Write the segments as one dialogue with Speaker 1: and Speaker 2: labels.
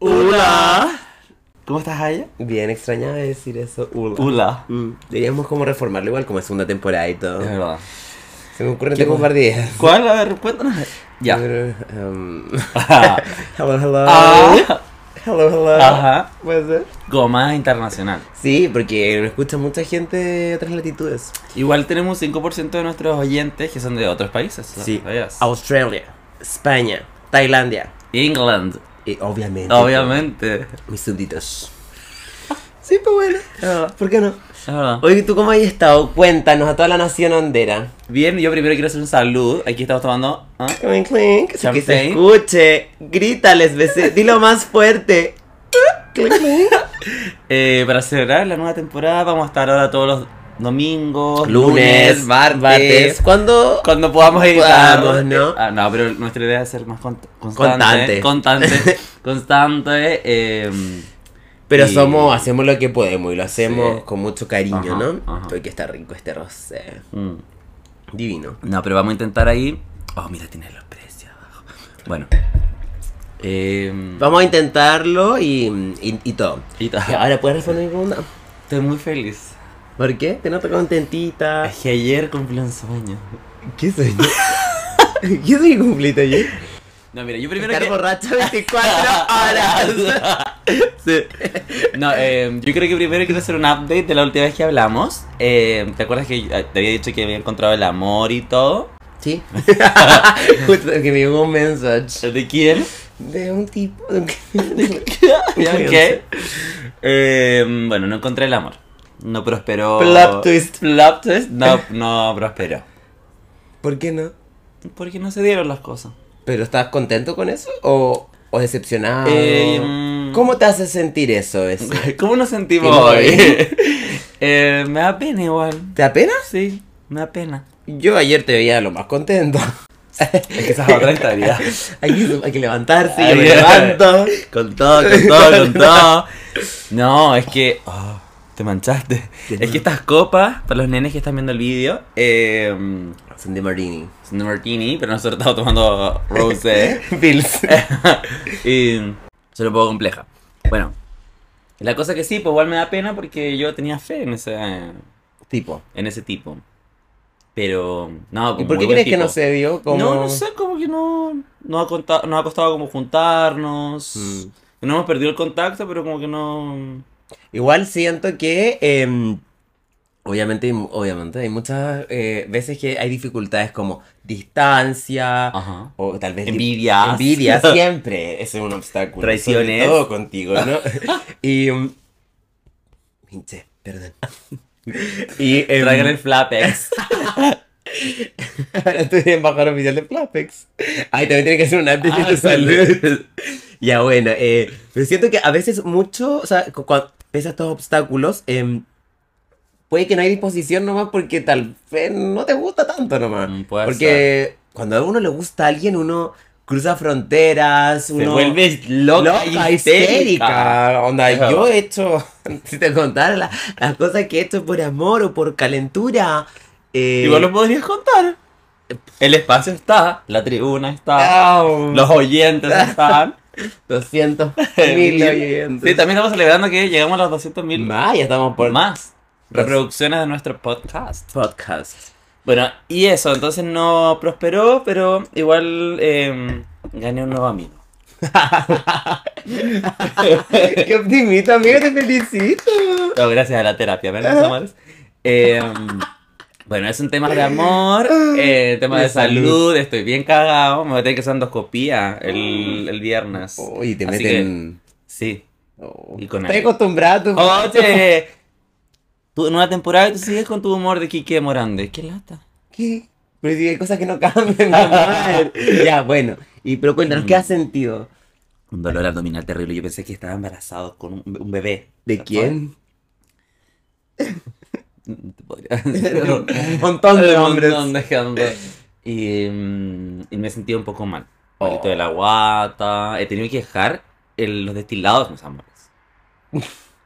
Speaker 1: Hola.
Speaker 2: ¿Cómo estás, Aya?
Speaker 1: Bien extraña decir eso. Ula.
Speaker 2: Hola.
Speaker 1: Mm, Deberíamos como reformarlo igual como es segunda temporada y todo.
Speaker 2: Es verdad.
Speaker 1: Se me ocurren de cobardías.
Speaker 2: ¿Cuál? A ver, cuéntanos. Ya.
Speaker 1: Pero, um,
Speaker 2: Ajá.
Speaker 1: hello, hello.
Speaker 2: Ah.
Speaker 1: Hello, hello.
Speaker 2: Ajá.
Speaker 1: ¿Puede ser?
Speaker 2: Como más internacional.
Speaker 1: Sí, porque nos escucha mucha gente de otras latitudes.
Speaker 2: Igual tenemos un 5% de nuestros oyentes que son de otros países. ¿sabías?
Speaker 1: Australia, España, Tailandia.
Speaker 2: England.
Speaker 1: Y obviamente.
Speaker 2: Obviamente.
Speaker 1: Mis súbditos. Sí, pues bueno.
Speaker 2: Ah,
Speaker 1: ¿Por qué no?
Speaker 2: es verdad.
Speaker 1: Oye, ¿tú cómo has estado? Cuéntanos a toda la nación hondera.
Speaker 2: Bien, yo primero quiero hacer un saludo. Aquí estamos tomando. ¿ah?
Speaker 1: Clink, clink. Así Que se
Speaker 2: Champagne.
Speaker 1: escuche. Grítales, besé. Dilo más fuerte. Clink, clink.
Speaker 2: Eh, para celebrar la nueva temporada, vamos a estar ahora todos los domingos,
Speaker 1: Lunes, martes.
Speaker 2: martes,
Speaker 1: ¿Cuándo?
Speaker 2: Cuando podamos editar.
Speaker 1: Podamos, ¿no?
Speaker 2: Ah, no, pero nuestra idea es ser más con- constante.
Speaker 1: Constante.
Speaker 2: Constante. Constante. eh,
Speaker 1: Pero
Speaker 2: Y-
Speaker 1: somos, hacemos lo que podemos y lo hacemos
Speaker 2: Sí.
Speaker 1: con mucho cariño,
Speaker 2: Ajá,
Speaker 1: ¿no?
Speaker 2: ajá.
Speaker 1: Porque está rico este rosé.
Speaker 2: mm.
Speaker 1: Divino.
Speaker 2: No, pero vamos a intentar ahí. Oh, mira, tiene los precios abajo. Bueno. Eh,
Speaker 1: Vamos a intentarlo y, y, y todo.
Speaker 2: y ta-
Speaker 1: Y ahora puedes responder mi pregunta.
Speaker 2: Estoy muy feliz.
Speaker 1: ¿Por qué? Te noto contentita.
Speaker 2: Es que ayer cumplí un sueño.
Speaker 1: ¿Qué soy yo? ¿Qué soy cumplito yo?
Speaker 2: No, mira, yo primero
Speaker 1: Estar
Speaker 2: que...
Speaker 1: borracho 24 horas.
Speaker 2: Sí. No, eh, yo creo que primero quiero hacer un update de la última vez que hablamos. Eh, ¿Te acuerdas que eh, te había dicho que había encontrado el amor y todo?
Speaker 1: Sí. Justo que me llegó un mensaje
Speaker 2: ¿De quién?
Speaker 1: de un tipo. de un-
Speaker 2: ¿Ya qué? Eh, bueno, no encontré el amor. No prosperó.
Speaker 1: Plot twist.
Speaker 2: Plot twist. No, no prosperó.
Speaker 1: ¿Por qué no?
Speaker 2: Porque no se dieron las cosas.
Speaker 1: ¿Pero estás contento con eso o, o decepcionado?
Speaker 2: Eh, mm.
Speaker 1: ¿Cómo te hace sentir eso? eso?
Speaker 2: ¿Cómo nos sentimos
Speaker 1: ¿Qué no
Speaker 2: hoy?
Speaker 1: ves?
Speaker 2: Eh, me da pena igual.
Speaker 1: ¿Te apenas?
Speaker 2: Sí, me da pena.
Speaker 1: Yo ayer te veía lo más contento.
Speaker 2: Es que esa es otra historia.
Speaker 1: Hay que, hay que levantarse,
Speaker 2: Ay,
Speaker 1: yo me
Speaker 2: bien.
Speaker 1: levanto.
Speaker 2: Con todo, con todo, con todo. No, es que. oh, te manchaste. Es que estas copas, para los nenes que están viendo el vídeo, eh,
Speaker 1: Son de Marini.
Speaker 2: son de martini, pero nosotros estamos tomando rosé.
Speaker 1: Bills.
Speaker 2: y soy un poco compleja. Bueno, la cosa que sí, pues igual me da pena porque yo tenía fe en ese, en
Speaker 1: tipo.
Speaker 2: ese tipo. Pero, no,
Speaker 1: ¿Y
Speaker 2: como
Speaker 1: por
Speaker 2: muy
Speaker 1: qué
Speaker 2: buen
Speaker 1: crees que
Speaker 2: tipo.
Speaker 1: no se dio? Como...
Speaker 2: No, no sé, como que no nos ha, conta- nos ha costado como juntarnos.
Speaker 1: Mm.
Speaker 2: No hemos perdido el contacto, pero como que no...
Speaker 1: Igual siento que em, obviamente, obviamente hay muchas eh, veces que hay dificultades como distancia
Speaker 2: Ajá.
Speaker 1: o tal vez
Speaker 2: Envidias.
Speaker 1: envidia siempre ese es un obstáculo. sobre
Speaker 2: Traiciones.
Speaker 1: todo contigo, ¿no? y em, pinche, perdón. y em,
Speaker 2: Traigan el Flapex.
Speaker 1: ahora estoy de embajador oficial de Plapex. Ay, también tiene que hacer un update de
Speaker 2: Ah,
Speaker 1: tu
Speaker 2: salud.
Speaker 1: salud. ya bueno, eh, pero siento que a veces mucho, o sea, cu- cuando pese a estos obstáculos, em, puede que no hay disposición nomás porque tal vez no te gusta tanto nomás.
Speaker 2: Mm, puede
Speaker 1: porque cuando a uno le gusta a alguien, uno cruza fronteras,
Speaker 2: Se
Speaker 1: uno
Speaker 2: vuelve loca,
Speaker 1: loca,
Speaker 2: y histérica.
Speaker 1: histérica. Onda,
Speaker 2: Ajá.
Speaker 1: yo he hecho, si te contara la- las cosas que he hecho por amor o por calentura. eh,
Speaker 2: Igual lo podrías contar. El espacio está, la tribuna está,
Speaker 1: au,
Speaker 2: los oyentes están.
Speaker 1: 200
Speaker 2: Mil.
Speaker 1: mil
Speaker 2: Sí,
Speaker 1: oyentes.
Speaker 2: también estamos celebrando que llegamos a los 200.000
Speaker 1: Más, ya estamos por
Speaker 2: más reproducciones de nuestro podcast.
Speaker 1: podcast.
Speaker 2: Bueno, y eso, entonces no prosperó, pero igual eh, gané un nuevo amigo.
Speaker 1: Qué optimista, amigo, te felicito.
Speaker 2: Todo Oh, gracias a la terapia, ¿verdad, Tomás? Eh, bueno, es un tema de amor, eh, tema de,
Speaker 1: De salud.
Speaker 2: salud. estoy bien cagado, me voy a tener que hacer endoscopía el, el viernes.
Speaker 1: Uy, te
Speaker 2: Así
Speaker 1: meten.
Speaker 2: Sí.
Speaker 1: Oh,
Speaker 2: Y con
Speaker 1: Estoy
Speaker 2: algo.
Speaker 1: acostumbrado. tú.
Speaker 2: Oye, tú en una temporada tú sigues con tu humor de Quique Morande, qué lata.
Speaker 1: ¿Qué? Pero si hay cosas que no cambian, amor. Ya, bueno. Y pero cuéntanos,
Speaker 2: Mm.
Speaker 1: ¿qué has sentido?
Speaker 2: Un dolor abdominal terrible, yo pensé que estaba embarazado con un, un bebé.
Speaker 1: ¿De quién?
Speaker 2: Mm, Podría-
Speaker 1: Un montón de
Speaker 2: Un
Speaker 1: hombres.
Speaker 2: montón de gente. Y, mm, y me he sentido un poco mal.
Speaker 1: Oh.
Speaker 2: Malito de la guata. He tenido que dejar el- los destilados, mis amores.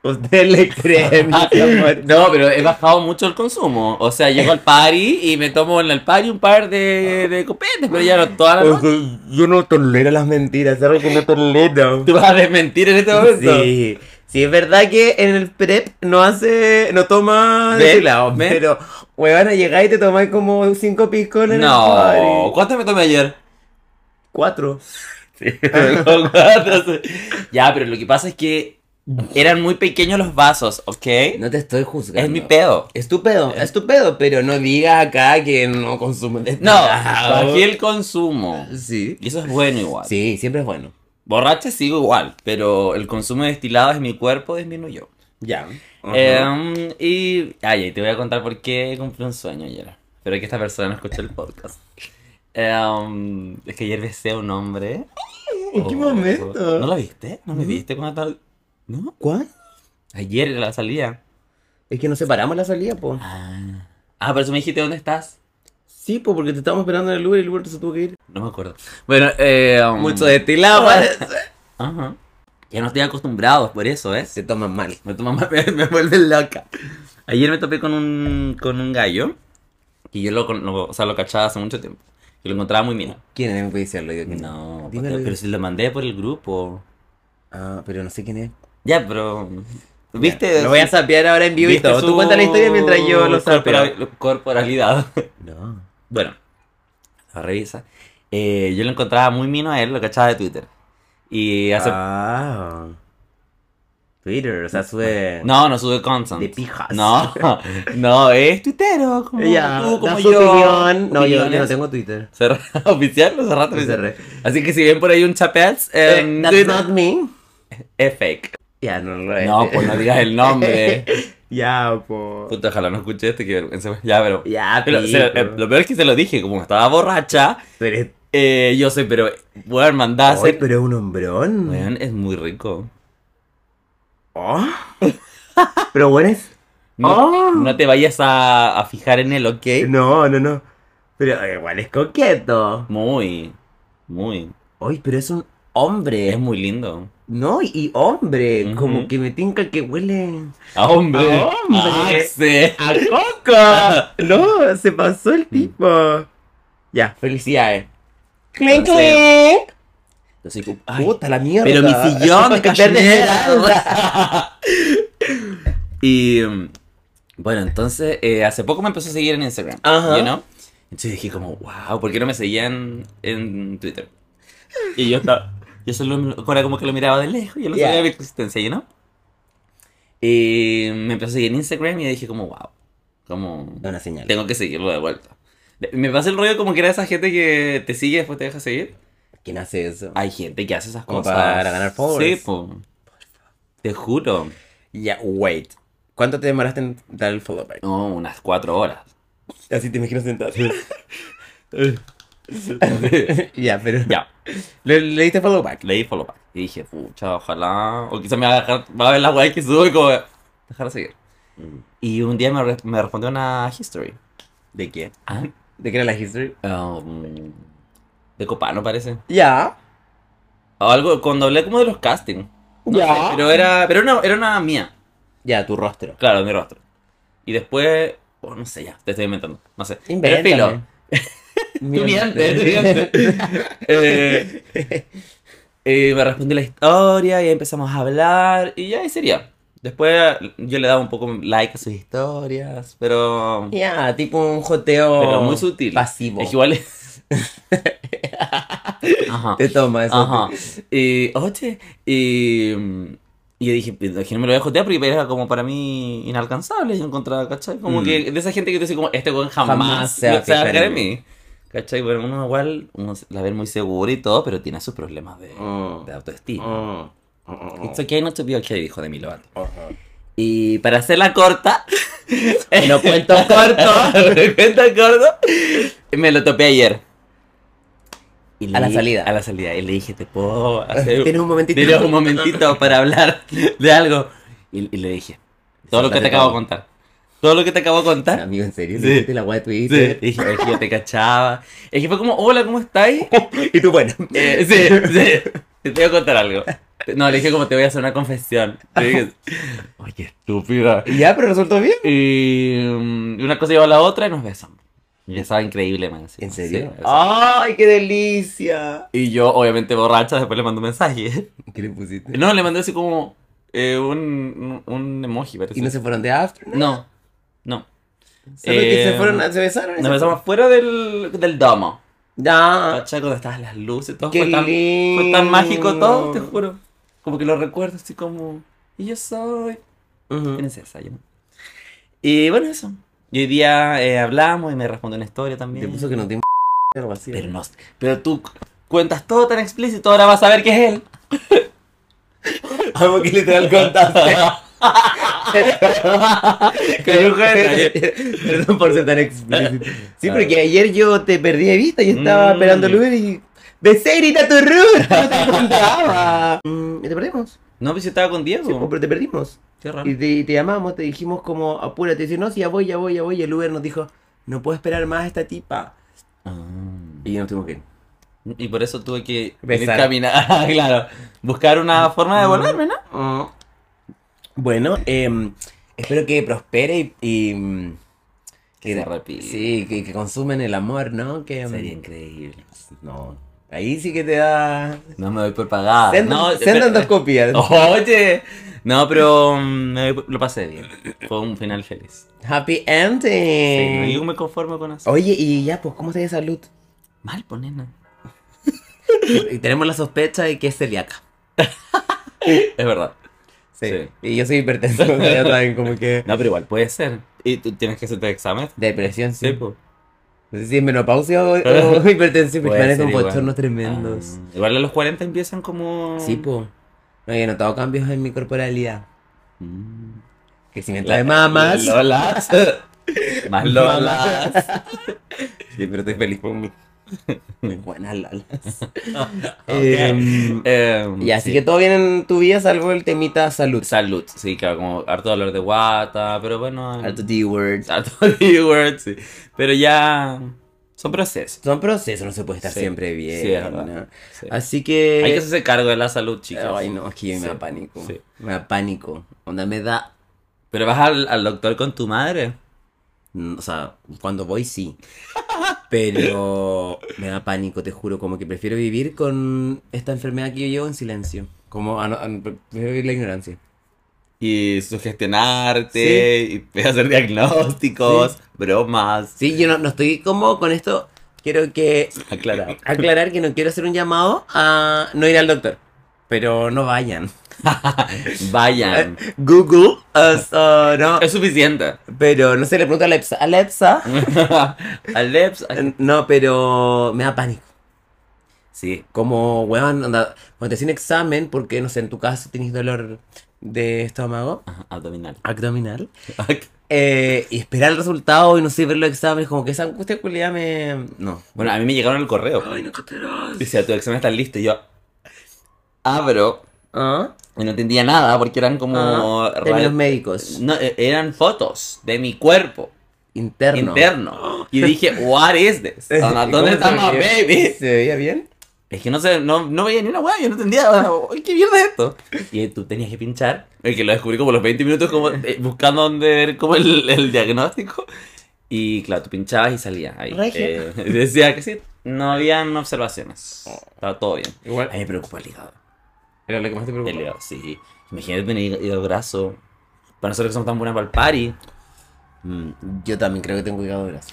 Speaker 1: Usted le cree. mi amor.
Speaker 2: Ah, No, pero he bajado mucho el consumo. O sea, llego al party y me tomo en el party un par de, de copetes, pero ya no toda la noche.
Speaker 1: Ojo, Yo no tolero las mentiras, es algo que no tolero.
Speaker 2: Tú vas a desmentir en este momento.
Speaker 1: Sí, sí, es verdad que en el prep no hace, no toma
Speaker 2: ¿Ven?
Speaker 1: destilado,
Speaker 2: ¿Ven?
Speaker 1: pero huevona, llegáis y te tomáis como cinco piscones en el
Speaker 2: No,
Speaker 1: party.
Speaker 2: ¿cuánto me tomé ayer?
Speaker 1: Cuatro.
Speaker 2: Con cuatro, sí. ya, pero lo que pasa es que eran muy pequeños los vasos, ¿ok?
Speaker 1: No te estoy juzgando.
Speaker 2: es mi pedo.
Speaker 1: Estúpido, estúpido, pero no digas acá que no consumen
Speaker 2: No,
Speaker 1: destilado.
Speaker 2: bajé el consumo.
Speaker 1: Sí.
Speaker 2: Y eso es bueno igual.
Speaker 1: Sí, siempre es bueno.
Speaker 2: Borracha sigo igual, pero el consumo de destilados en mi cuerpo disminuyó.
Speaker 1: Ya.
Speaker 2: Em, y. Ay, ay, te voy a contar por qué cumplí un sueño ayer. Pero que esta persona no escuchó el podcast. Em, es que ayer besé a un hombre.
Speaker 1: ¿En qué
Speaker 2: Oh,
Speaker 1: momento? ¿Mm?
Speaker 2: ¿No lo viste? ¿No me viste cuando tal? ¿No?
Speaker 1: ¿Cuál?
Speaker 2: Ayer era la salida.
Speaker 1: Es que nos separamos la salida, po.
Speaker 2: Ah, ah pero eso me dijiste dónde estás.
Speaker 1: Sí, po, porque te estábamos esperando en el Uber y el Uber se tuvo que ir.
Speaker 2: No me acuerdo. Bueno, eh, um,
Speaker 1: Mucho destilado, parece.
Speaker 2: Ajá. Ya no estoy acostumbrado, por eso, ¿ves?
Speaker 1: Se toman mal.
Speaker 2: Me, toma, me, me vuelve loca. Ayer me topé con un, con un gallo. Y yo lo, con- lo- o sea, lo cachaba hace mucho tiempo. Y lo encontraba muy mino.
Speaker 1: ¿Quién es? Me puede decirlo yo. que
Speaker 2: No,
Speaker 1: Mm. Dímelo,
Speaker 2: porque-
Speaker 1: yo.
Speaker 2: pero si lo mandé por el grupo.
Speaker 1: Ah, pero no sé quién es.
Speaker 2: Ya, pero. ¿Viste?
Speaker 1: Lo voy a sapear ahora en vivo y
Speaker 2: ¿Viste
Speaker 1: todo. Tú
Speaker 2: su
Speaker 1: cuenta la historia mientras yo lo
Speaker 2: corpora-
Speaker 1: sapeo.
Speaker 2: Corporalidad.
Speaker 1: No.
Speaker 2: Bueno, la revisa. Eh, yo lo encontraba muy mino a él, lo cachaba de Twitter. Y hace.
Speaker 1: Ah. Twitter, o sea, sube.
Speaker 2: No, no sube content.
Speaker 1: De pijas.
Speaker 2: No, no, es tuitero. Como
Speaker 1: Ya,
Speaker 2: tú, como
Speaker 1: da
Speaker 2: yo.
Speaker 1: su opinión. No, yo, yo no
Speaker 2: Opiniones.
Speaker 1: tengo Twitter.
Speaker 2: Cerra- Oficial, lo cerraste.
Speaker 1: Lo cerré.
Speaker 2: Así que si ven por ahí un chapels, eh,
Speaker 1: Eh, that's
Speaker 2: Twitter-
Speaker 1: not me.
Speaker 2: es fake.
Speaker 1: Ya, no lo es.
Speaker 2: No, pues no digas el nombre.
Speaker 1: Ya, po.
Speaker 2: Puta, ojalá no escuché este, que vergüenza. Ya, pero.
Speaker 1: Ya,
Speaker 2: pero se- eh,
Speaker 1: pico.
Speaker 2: lo peor es que se lo dije, como estaba borracha.
Speaker 1: Tú eres-
Speaker 2: eh, yo sé, pero. Bueno, mandá a
Speaker 1: Ay,
Speaker 2: hacer.
Speaker 1: pero es un hombrón.
Speaker 2: Weón, es muy rico.
Speaker 1: Oh. pero bueno es.
Speaker 2: No,
Speaker 1: Oh.
Speaker 2: no te vayas a, a fijar en el ok.
Speaker 1: No, no, no. Pero eh, igual es coqueto.
Speaker 2: Muy, muy.
Speaker 1: Ay, pero es un hombre.
Speaker 2: Es muy lindo.
Speaker 1: No, y- y hombre,
Speaker 2: Ujú.
Speaker 1: como que me tinca que huele
Speaker 2: A Ah, hombre. Ah,
Speaker 1: A Ah, hombre.
Speaker 2: Axel.
Speaker 1: a coco. No, se pasó el tipo. Ya, felicidades.
Speaker 2: Clink,
Speaker 1: clink.
Speaker 2: Yo soy cu- Ay,
Speaker 1: Puta la mierda.
Speaker 2: pero mi sillón de
Speaker 1: Verde esmeralda.
Speaker 2: cachemira. y mm, bueno, entonces eh, hace poco me empezó a seguir en Instagram.
Speaker 1: Ajá.
Speaker 2: you know? Entonces dije como, wow, ¿por qué no me seguían en Twitter? Y yo estaba, yo solo era como que lo miraba de lejos, yo no
Speaker 1: Ya.
Speaker 2: sabía mi existencia, you know? Y me empezó a seguir en Instagram y dije como, wow, como
Speaker 1: Una señal.
Speaker 2: tengo que seguirlo de vuelta. Me pasa el rollo como que era esa gente que te sigue y después te deja seguir.
Speaker 1: ¿Quién hace eso?
Speaker 2: Hay gente que hace esas
Speaker 1: Como
Speaker 2: cosas.
Speaker 1: para ganar followers.
Speaker 2: Sí, po. Te juro.
Speaker 1: Ya, wait. ¿Cuánto te demoraste en dar el follow back?
Speaker 2: No, unas cuatro horas.
Speaker 1: Así te imagino sentado. ya, pero.
Speaker 2: ya,
Speaker 1: ¿Le, le diste follow back?
Speaker 2: le di follow back. Y dije, pucha, ojalá. O quizá me va a dejar. Va a ver la weá que subo y como. Dejar de seguir. Y un día me, re- me respondió una history.
Speaker 1: ¿De qué?
Speaker 2: Ah,
Speaker 1: ¿De qué era la history?
Speaker 2: um, de Copano parece.
Speaker 1: Ya.
Speaker 2: O algo cuando hablé como de los castings. No sé, pero era. Pero no, era una mía.
Speaker 1: Ya, tu rostro.
Speaker 2: Claro, mi rostro. Y después. Oh, no sé, ya, te estoy inventando. No sé. Pero
Speaker 1: Invéntame.
Speaker 2: filo. Tú mientes, tú mientes. Eh, eh, me respondió la historia y ahí empezamos a hablar y ya, y sería. Después yo le daba un poco like a sus historias, pero.
Speaker 1: Ya, tipo un joteo.
Speaker 2: Pero muy sutil.
Speaker 1: Pasivo.
Speaker 2: Es que igual. es- Ajá.
Speaker 1: Te toma eso.
Speaker 2: Ajá. Y, oye, y, mm, y yo dije, "Pero que no me lo voy a jotear porque era como para mí inalcanzable. Yo encontraba, ¿cachai? Como
Speaker 1: Mm.
Speaker 2: que de esa gente que te dice, como, este weón jamás,
Speaker 1: Jamás se va a
Speaker 2: a
Speaker 1: fijar
Speaker 2: fijar
Speaker 1: en
Speaker 2: en mí. ¿cachai? Bueno, uno igual uno se- la ve muy segura y todo, pero tiene sus problemas de,
Speaker 1: Mm.
Speaker 2: de autoestima.
Speaker 1: Mm. Mm.
Speaker 2: It's okay not to be okay, dijo Demi Lovato. Y para hacerla corta,
Speaker 1: No cuento corto.
Speaker 2: me cuento corto, me lo topé ayer. Y le
Speaker 1: A la
Speaker 2: di-
Speaker 1: salida.
Speaker 2: A la salida. Y le dije, te puedo hacer
Speaker 1: Tienes un momentito.
Speaker 2: Dile un momentito para hablar de algo. Y, y le dije, todo lo que te acabo de contar. Todo lo que te acabo de contar.
Speaker 1: Amigo, en serio,
Speaker 2: Sí.
Speaker 1: le hiciste la guay de Twitter.
Speaker 2: Sí. Dije, es que yo te cachaba. Es que fue como, hola, ¿cómo estáis?
Speaker 1: Y tú, bueno.
Speaker 2: Eh, sí, sí. Te tengo que contar algo. No, le dije como te voy a hacer una confesión. Le dije, oye, estúpida.
Speaker 1: Ya, pero resultó bien.
Speaker 2: Y mm, una cosa lleva a la otra y nos besamos. Y estaba increíble, man. así,
Speaker 1: ¿En
Speaker 2: sí,
Speaker 1: serio?
Speaker 2: eso.
Speaker 1: ¡Ay, qué delicia!
Speaker 2: Y yo, obviamente borracha, después le mandé un mensaje.
Speaker 1: ¿Qué le pusiste?
Speaker 2: No, le mandé así como eh, un, un emoji, parece.
Speaker 1: ¿Y no se fueron de after?
Speaker 2: No, no.
Speaker 1: Solo que
Speaker 2: Eh,
Speaker 1: se fueron, a- se besaron. y
Speaker 2: Nos
Speaker 1: se
Speaker 2: besamos fuera del, del domo.
Speaker 1: fueron. Ya.
Speaker 2: ¿Cachai? Cuando estaban las luces, todo
Speaker 1: Ah. Qué
Speaker 2: fue tan, fue tan mágico todo, te
Speaker 1: lindo.
Speaker 2: juro. Como que lo recuerdo así como, y yo soy
Speaker 1: Ujú.
Speaker 2: princesa. yo no. Y bueno, eso. Y hoy día eh, hablamos y me respondió una historia también.
Speaker 1: Te puso que no te algo así.
Speaker 2: pero, no, pero tú cuentas todo tan explícito, ahora vas a ver que es él.
Speaker 1: Algo que literal contaste.
Speaker 2: Que yo cuento.
Speaker 1: Perdón por ser tan explícito. Sí, porque ayer yo te perdí de vista, yo estaba
Speaker 2: Mm.
Speaker 1: esperando el Uber y. ¡Becerita tu ruta! No te contaba. Mm, y te perdimos.
Speaker 2: No, pues yo estaba con Diego.
Speaker 1: Sí, po, pero te perdimos.
Speaker 2: Qué raro.
Speaker 1: Y te, y te llamamos, te dijimos como apúrate. Dice, no, sí, ya voy, ya voy, ya voy. Y el Uber nos dijo, no puedo esperar más a esta tipa.
Speaker 2: Ah.
Speaker 1: Y nos tuvimos que ir.
Speaker 2: Y por eso tuve que venir
Speaker 1: Besar.
Speaker 2: caminar, claro. Buscar una forma Ah, de volarme, ¿no?
Speaker 1: Mm. Bueno, em, espero que prospere y. y, mm,
Speaker 2: Que se repita.
Speaker 1: Sí, que, que consumen el amor, ¿no? Que, em,
Speaker 2: Sería increíble.
Speaker 1: No. Ahí sí que te da.
Speaker 2: No me doy por pagada.
Speaker 1: Send,
Speaker 2: Ah, no, Oh.
Speaker 1: send
Speaker 2: pero-
Speaker 1: dos copias.
Speaker 2: Oye. No, pero mm, me doy- lo pasé bien. Fue un final feliz.
Speaker 1: Happy
Speaker 2: Sí,
Speaker 1: ending.
Speaker 2: yo me conformo con eso.
Speaker 1: Oye, y ya, pues, ¿cómo está de salud?
Speaker 2: Mal, pues, nena.
Speaker 1: Y Tenemos la sospecha de que es celíaca.
Speaker 2: Es verdad.
Speaker 1: Sí.
Speaker 2: Sí.
Speaker 1: Y yo soy hipertenso, ya saben, como que.
Speaker 2: No, pero igual puede ser. Y tú tienes que hacerte exámenes.
Speaker 1: Depresión, sí.
Speaker 2: Sí, pues.
Speaker 1: No sé si es menopausia o, o hipertensión, porque
Speaker 2: Puede
Speaker 1: parecen
Speaker 2: ser igual.
Speaker 1: bochornos tremendos.
Speaker 2: Ah, igual a los 40 empiezan como.
Speaker 1: Sí, pues. No, yo he notado cambios en mi corporalidad.
Speaker 2: Mm.
Speaker 1: Crecimiento de mamas.
Speaker 2: Lolas. Más
Speaker 1: Mamas.
Speaker 2: lolas.
Speaker 1: Sí, pero estoy feliz por mí. Muy buenas lolas.
Speaker 2: Em, em,
Speaker 1: Y así
Speaker 2: sí.
Speaker 1: que todo bien en tu vida, salvo el temita salud.
Speaker 2: Salud, sí, claro, como harto dolor de guata, pero bueno.
Speaker 1: Harto D-word.
Speaker 2: harto D-word, sí. Pero ya. Son procesos.
Speaker 1: Son procesos, no se puede estar
Speaker 2: Sí.
Speaker 1: siempre bien.
Speaker 2: Sí, es verdad.
Speaker 1: ¿no?
Speaker 2: sí.
Speaker 1: Así que.
Speaker 2: Hay que hacerse cargo de la salud, chicas.
Speaker 1: Ay, no, es que me
Speaker 2: Sí,
Speaker 1: da pánico.
Speaker 2: sí.
Speaker 1: Me da pánico. Onda me da.
Speaker 2: Pero vas al, al doctor con tu madre.
Speaker 1: mm, O sea, cuando voy sí. Pero me da pánico, te juro. Como que prefiero vivir con esta enfermedad que yo llevo en silencio. Como a no- a no- prefiero vivir la ignorancia.
Speaker 2: Y sugestionarte, y hacer diagnósticos, bromas.
Speaker 1: Sí, yo no, no estoy como con esto. Quiero que
Speaker 2: Aclarar.
Speaker 1: aclarar que no quiero hacer un llamado a no ir al doctor. Pero no vayan.
Speaker 2: Vayan.
Speaker 1: Google. as- uh, no.
Speaker 2: Es suficiente.
Speaker 1: Pero no se le pregunto a la EPSA. A la EPSA.
Speaker 2: Aleps.
Speaker 1: No, pero me da pánico.
Speaker 2: Sí.
Speaker 1: Como, weón, anda, cuando te hacen examen, porque no sé, en tu caso tenés dolor de estómago
Speaker 2: Ajá, abdominal.
Speaker 1: abdominal, eh, y esperar el resultado y no sé, ver los exámenes, como que esa angustia culiada me. No.
Speaker 2: Bueno, a mí me llegaron el correo.
Speaker 1: Ay, no, qué atroz.
Speaker 2: Dice, tu examen está listo. Y yo abro
Speaker 1: Ah,
Speaker 2: y no entendía nada porque eran como.
Speaker 1: ah,
Speaker 2: ra-
Speaker 1: términos médicos.
Speaker 2: No, eh, eran fotos de mi cuerpo
Speaker 1: Interno.
Speaker 2: interno. Y dije, what is this? ¿Dónde-
Speaker 1: ¿Cómo
Speaker 2: ¿Dónde está
Speaker 1: se
Speaker 2: my
Speaker 1: veía?
Speaker 2: baby?
Speaker 1: ¿Se veía bien?
Speaker 2: Es que no sé, no, no veía ni una hueá, yo no entendía, "Ay, ¿qué mierda es esto? Y tú tenías que pinchar, el que lo descubrí como a los 20 minutos como eh, buscando dónde ver como el, el diagnóstico. Y claro, tú pinchabas y salías ahí.
Speaker 1: Regio.
Speaker 2: Eh, y decía que sí, no habían observaciones, estaba todo bien.
Speaker 1: Igual.
Speaker 2: A mí me preocupa el hígado,
Speaker 1: Era lo que más te
Speaker 2: el hígado, sí. Imagínate tener hí- hígado graso, para nosotros que somos tan buenas para el party. Mm.
Speaker 1: Yo también creo que tengo hígado graso.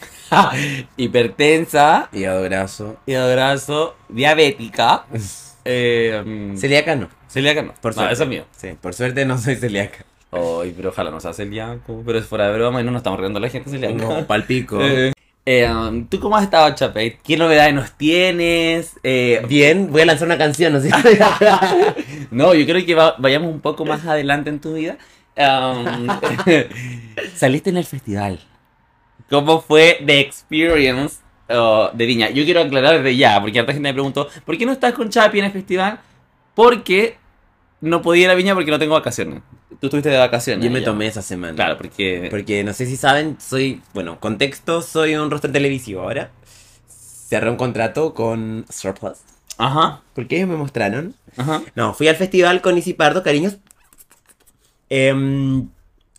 Speaker 2: Hipertensa,
Speaker 1: Hígado graso.
Speaker 2: hígado graso, diabética, eh, mm,
Speaker 1: Celíaca no.
Speaker 2: celíaca no,
Speaker 1: Por
Speaker 2: No,
Speaker 1: suerte.
Speaker 2: eso es mío.
Speaker 1: Sí, por suerte no soy celíaca.
Speaker 2: Ay, pero ojalá no sea celíaco. Pero es fuera de broma y no nos estamos riendo de la gente celíaca.
Speaker 1: No, palpico.
Speaker 2: Eh, eh, um, ¿Tú cómo has estado, Chapey? ¿Qué novedades nos tienes? Eh,
Speaker 1: Bien, voy a lanzar una canción, ¿no es cierto?
Speaker 2: no, yo creo que va- vayamos un poco más adelante en tu vida. Um, saliste en el festival. ¿Cómo fue The Experience oh, de Viña? Yo quiero aclarar desde ya, porque harta gente me preguntó, ¿por qué no estás con Chapi en el festival? Porque no podía ir a Viña porque no tengo vacaciones. Tú estuviste de vacaciones.
Speaker 1: Yo me
Speaker 2: ya.
Speaker 1: tomé esa semana.
Speaker 2: Claro, porque...
Speaker 1: Porque no sé si saben, soy, bueno, contexto, soy un rostro televisivo ahora. Cerré un contrato con Surplus.
Speaker 2: Ajá,
Speaker 1: Porque ellos me mostraron.
Speaker 2: ajá.
Speaker 1: No, fui al festival con Isi Pardo, cariños. Em,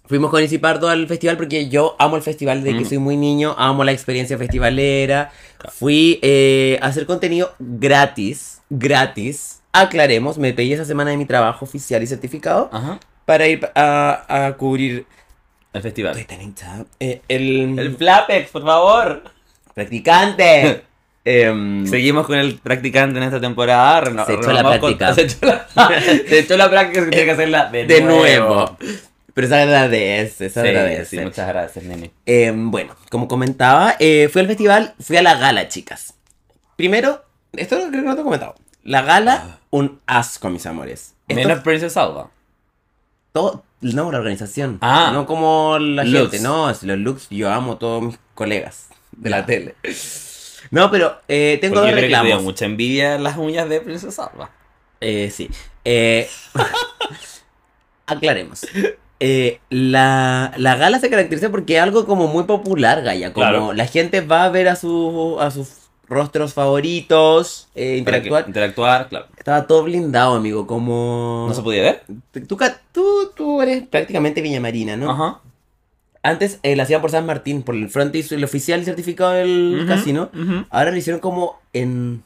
Speaker 1: fuimos con Isi Pardo al festival porque yo amo el festival desde que
Speaker 2: Mm.
Speaker 1: soy muy niño, amo la experiencia festivalera. Fui eh, a hacer contenido gratis, gratis. Aclaremos, me pedí esa semana de mi trabajo oficial y certificado
Speaker 2: Ajá.
Speaker 1: para ir a, a cubrir.
Speaker 2: El festival.
Speaker 1: Estoy tan hinchada. Eh, el,
Speaker 2: El Flapex, por favor.
Speaker 1: practicante. Em,
Speaker 2: Seguimos con el practicante en esta temporada. reno-
Speaker 1: Se echó la
Speaker 2: renovamos con-
Speaker 1: práctica.
Speaker 2: se, echó la, se echó la práctica que tiene que hacerla de,
Speaker 1: de nuevo. Pero se agradece, se
Speaker 2: Sí,
Speaker 1: agradece.
Speaker 2: sí, muchas gracias, nene.
Speaker 1: Eh, bueno, como comentaba, eh, fui al festival, fui a la gala, chicas. Primero, esto creo que no te he comentado. La
Speaker 2: Ah.
Speaker 1: gala, un asco, mis amores. Esto
Speaker 2: Menos Princess Alba.
Speaker 1: todo- no, la organización.
Speaker 2: Ah.
Speaker 1: No como la
Speaker 2: Looks.
Speaker 1: gente, no, si los looks, yo amo a todos mis colegas de la
Speaker 2: Ya.
Speaker 1: tele. No, pero eh, tengo
Speaker 2: Porque yo
Speaker 1: dos
Speaker 2: creo que te dio
Speaker 1: reclamos.
Speaker 2: mucha envidia las uñas de Princess Alba.
Speaker 1: Eh, sí. Eh, aclaremos. Eh, la, la gala se caracteriza porque es algo como muy popular, Gaya. Como
Speaker 2: Claro.
Speaker 1: la gente va a ver a, su- a sus rostros favoritos, eh,
Speaker 2: Para que-
Speaker 1: interactuar.
Speaker 2: Interactuar, claro.
Speaker 1: Estaba todo blindado, amigo, como...
Speaker 2: ¿No se podía ver?
Speaker 1: tú, ca- tú, tú eres prácticamente Viña Marina, ¿no?
Speaker 2: Ajá.
Speaker 1: Antes eh, la hacían por San Martín, por el frontis, el oficial y certificado del
Speaker 2: Ujú,
Speaker 1: casino.
Speaker 2: ujú.
Speaker 1: Ahora lo hicieron como en...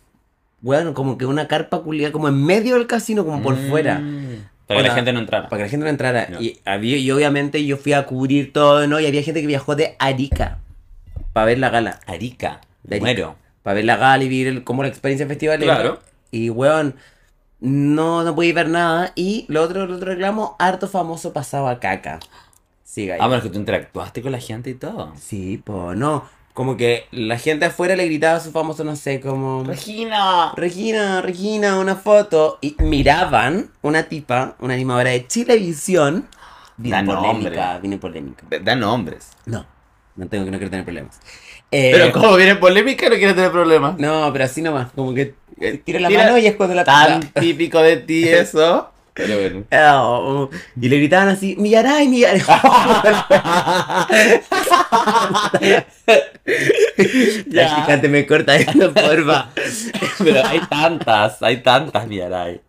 Speaker 1: Bueno, como que una carpa culiada, como en medio del casino, como por
Speaker 2: Mm.
Speaker 1: fuera.
Speaker 2: Para que
Speaker 1: Hola.
Speaker 2: la gente no entrara.
Speaker 1: para que la gente no entrara.
Speaker 2: Ya.
Speaker 1: Y, había, y obviamente yo fui a cubrir todo, ¿no? Y había gente que viajó de Arica para ver la gala.
Speaker 2: Arica.
Speaker 1: De Arica.
Speaker 2: Muero.
Speaker 1: Para ver la gala y vivir el- como la experiencia festival.
Speaker 2: Claro.
Speaker 1: Y, weón, no, no pude ver nada. Y lo otro, lo otro reclamo, harto famoso pasaba caca. Sí, gallo.
Speaker 2: Ah, bueno, es que tú interactuaste con la gente y todo.
Speaker 1: Sí, po, no. Como que la gente afuera le gritaba a su famoso, no sé, como...
Speaker 2: Regina.
Speaker 1: Regina, Regina, una foto. Y miraban una tipa, una animadora de Chilevisión. Vino
Speaker 2: Da
Speaker 1: polémica,
Speaker 2: nombre.
Speaker 1: vino polémica.
Speaker 2: Da nombres.
Speaker 1: No, no tengo no quiero tener problemas. Eh,
Speaker 2: Pero como viene polémica, no quieres tener problemas.
Speaker 1: No, pero así nomás, como que eh, tira la
Speaker 2: Tira-
Speaker 1: mano y es cuando la
Speaker 2: Tan típico de ti eso. Pero bueno.
Speaker 1: Ah, oh, oh. Y le gritaban así, Millaray, Millaray.
Speaker 2: Ya.
Speaker 1: El gigante me corta esto, porfa.
Speaker 2: Pero hay tantas, hay tantas, Miaray.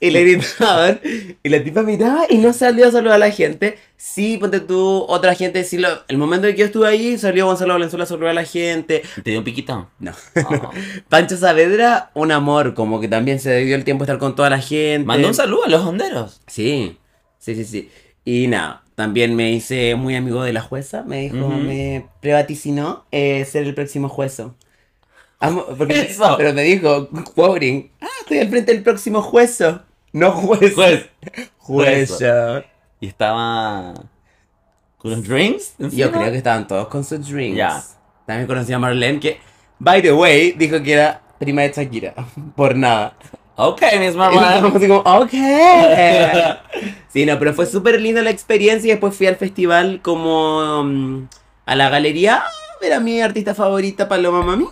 Speaker 1: Y le gritaban, y la tipa miraba y no salió a saludar a la gente. Sí, ponte tú, otra gente, sí, lo- el momento en que yo estuve ahí, salió Gonzalo Valenzuela a saludar a la gente.
Speaker 2: ¿Te dio un piquito?
Speaker 1: No. Oh.
Speaker 2: Ah.
Speaker 1: Pancho Saavedra, un amor, como que también se dio el tiempo de estar con toda la gente.
Speaker 2: Mandó un saludo a los honderos.
Speaker 1: Sí, sí, sí, sí. Y nada, también me hice muy amigo de la jueza, me dijo,
Speaker 2: Ujú.
Speaker 1: me prevaticinó eh, ser el próximo juezo. Amo- porque-
Speaker 2: Eso.
Speaker 1: Pero me dijo, quoting, ah, estoy al frente del próximo juezo, no juez.
Speaker 2: Juez.
Speaker 1: Jueza.
Speaker 2: Y estaba. ¿Con los drinks?
Speaker 1: Yo creo que estaban todos con sus drinks.
Speaker 2: Ya.
Speaker 1: También conocí a Marlene, que, by the way, dijo que era prima de Shakira, por nada.
Speaker 2: Ok, Miss
Speaker 1: Y
Speaker 2: Marvel.
Speaker 1: nosotros así como, ok. Sí, no, pero fue súper linda la experiencia. Y después fui al festival como mm, a la galería a ver a mi artista favorita, Paloma Mami.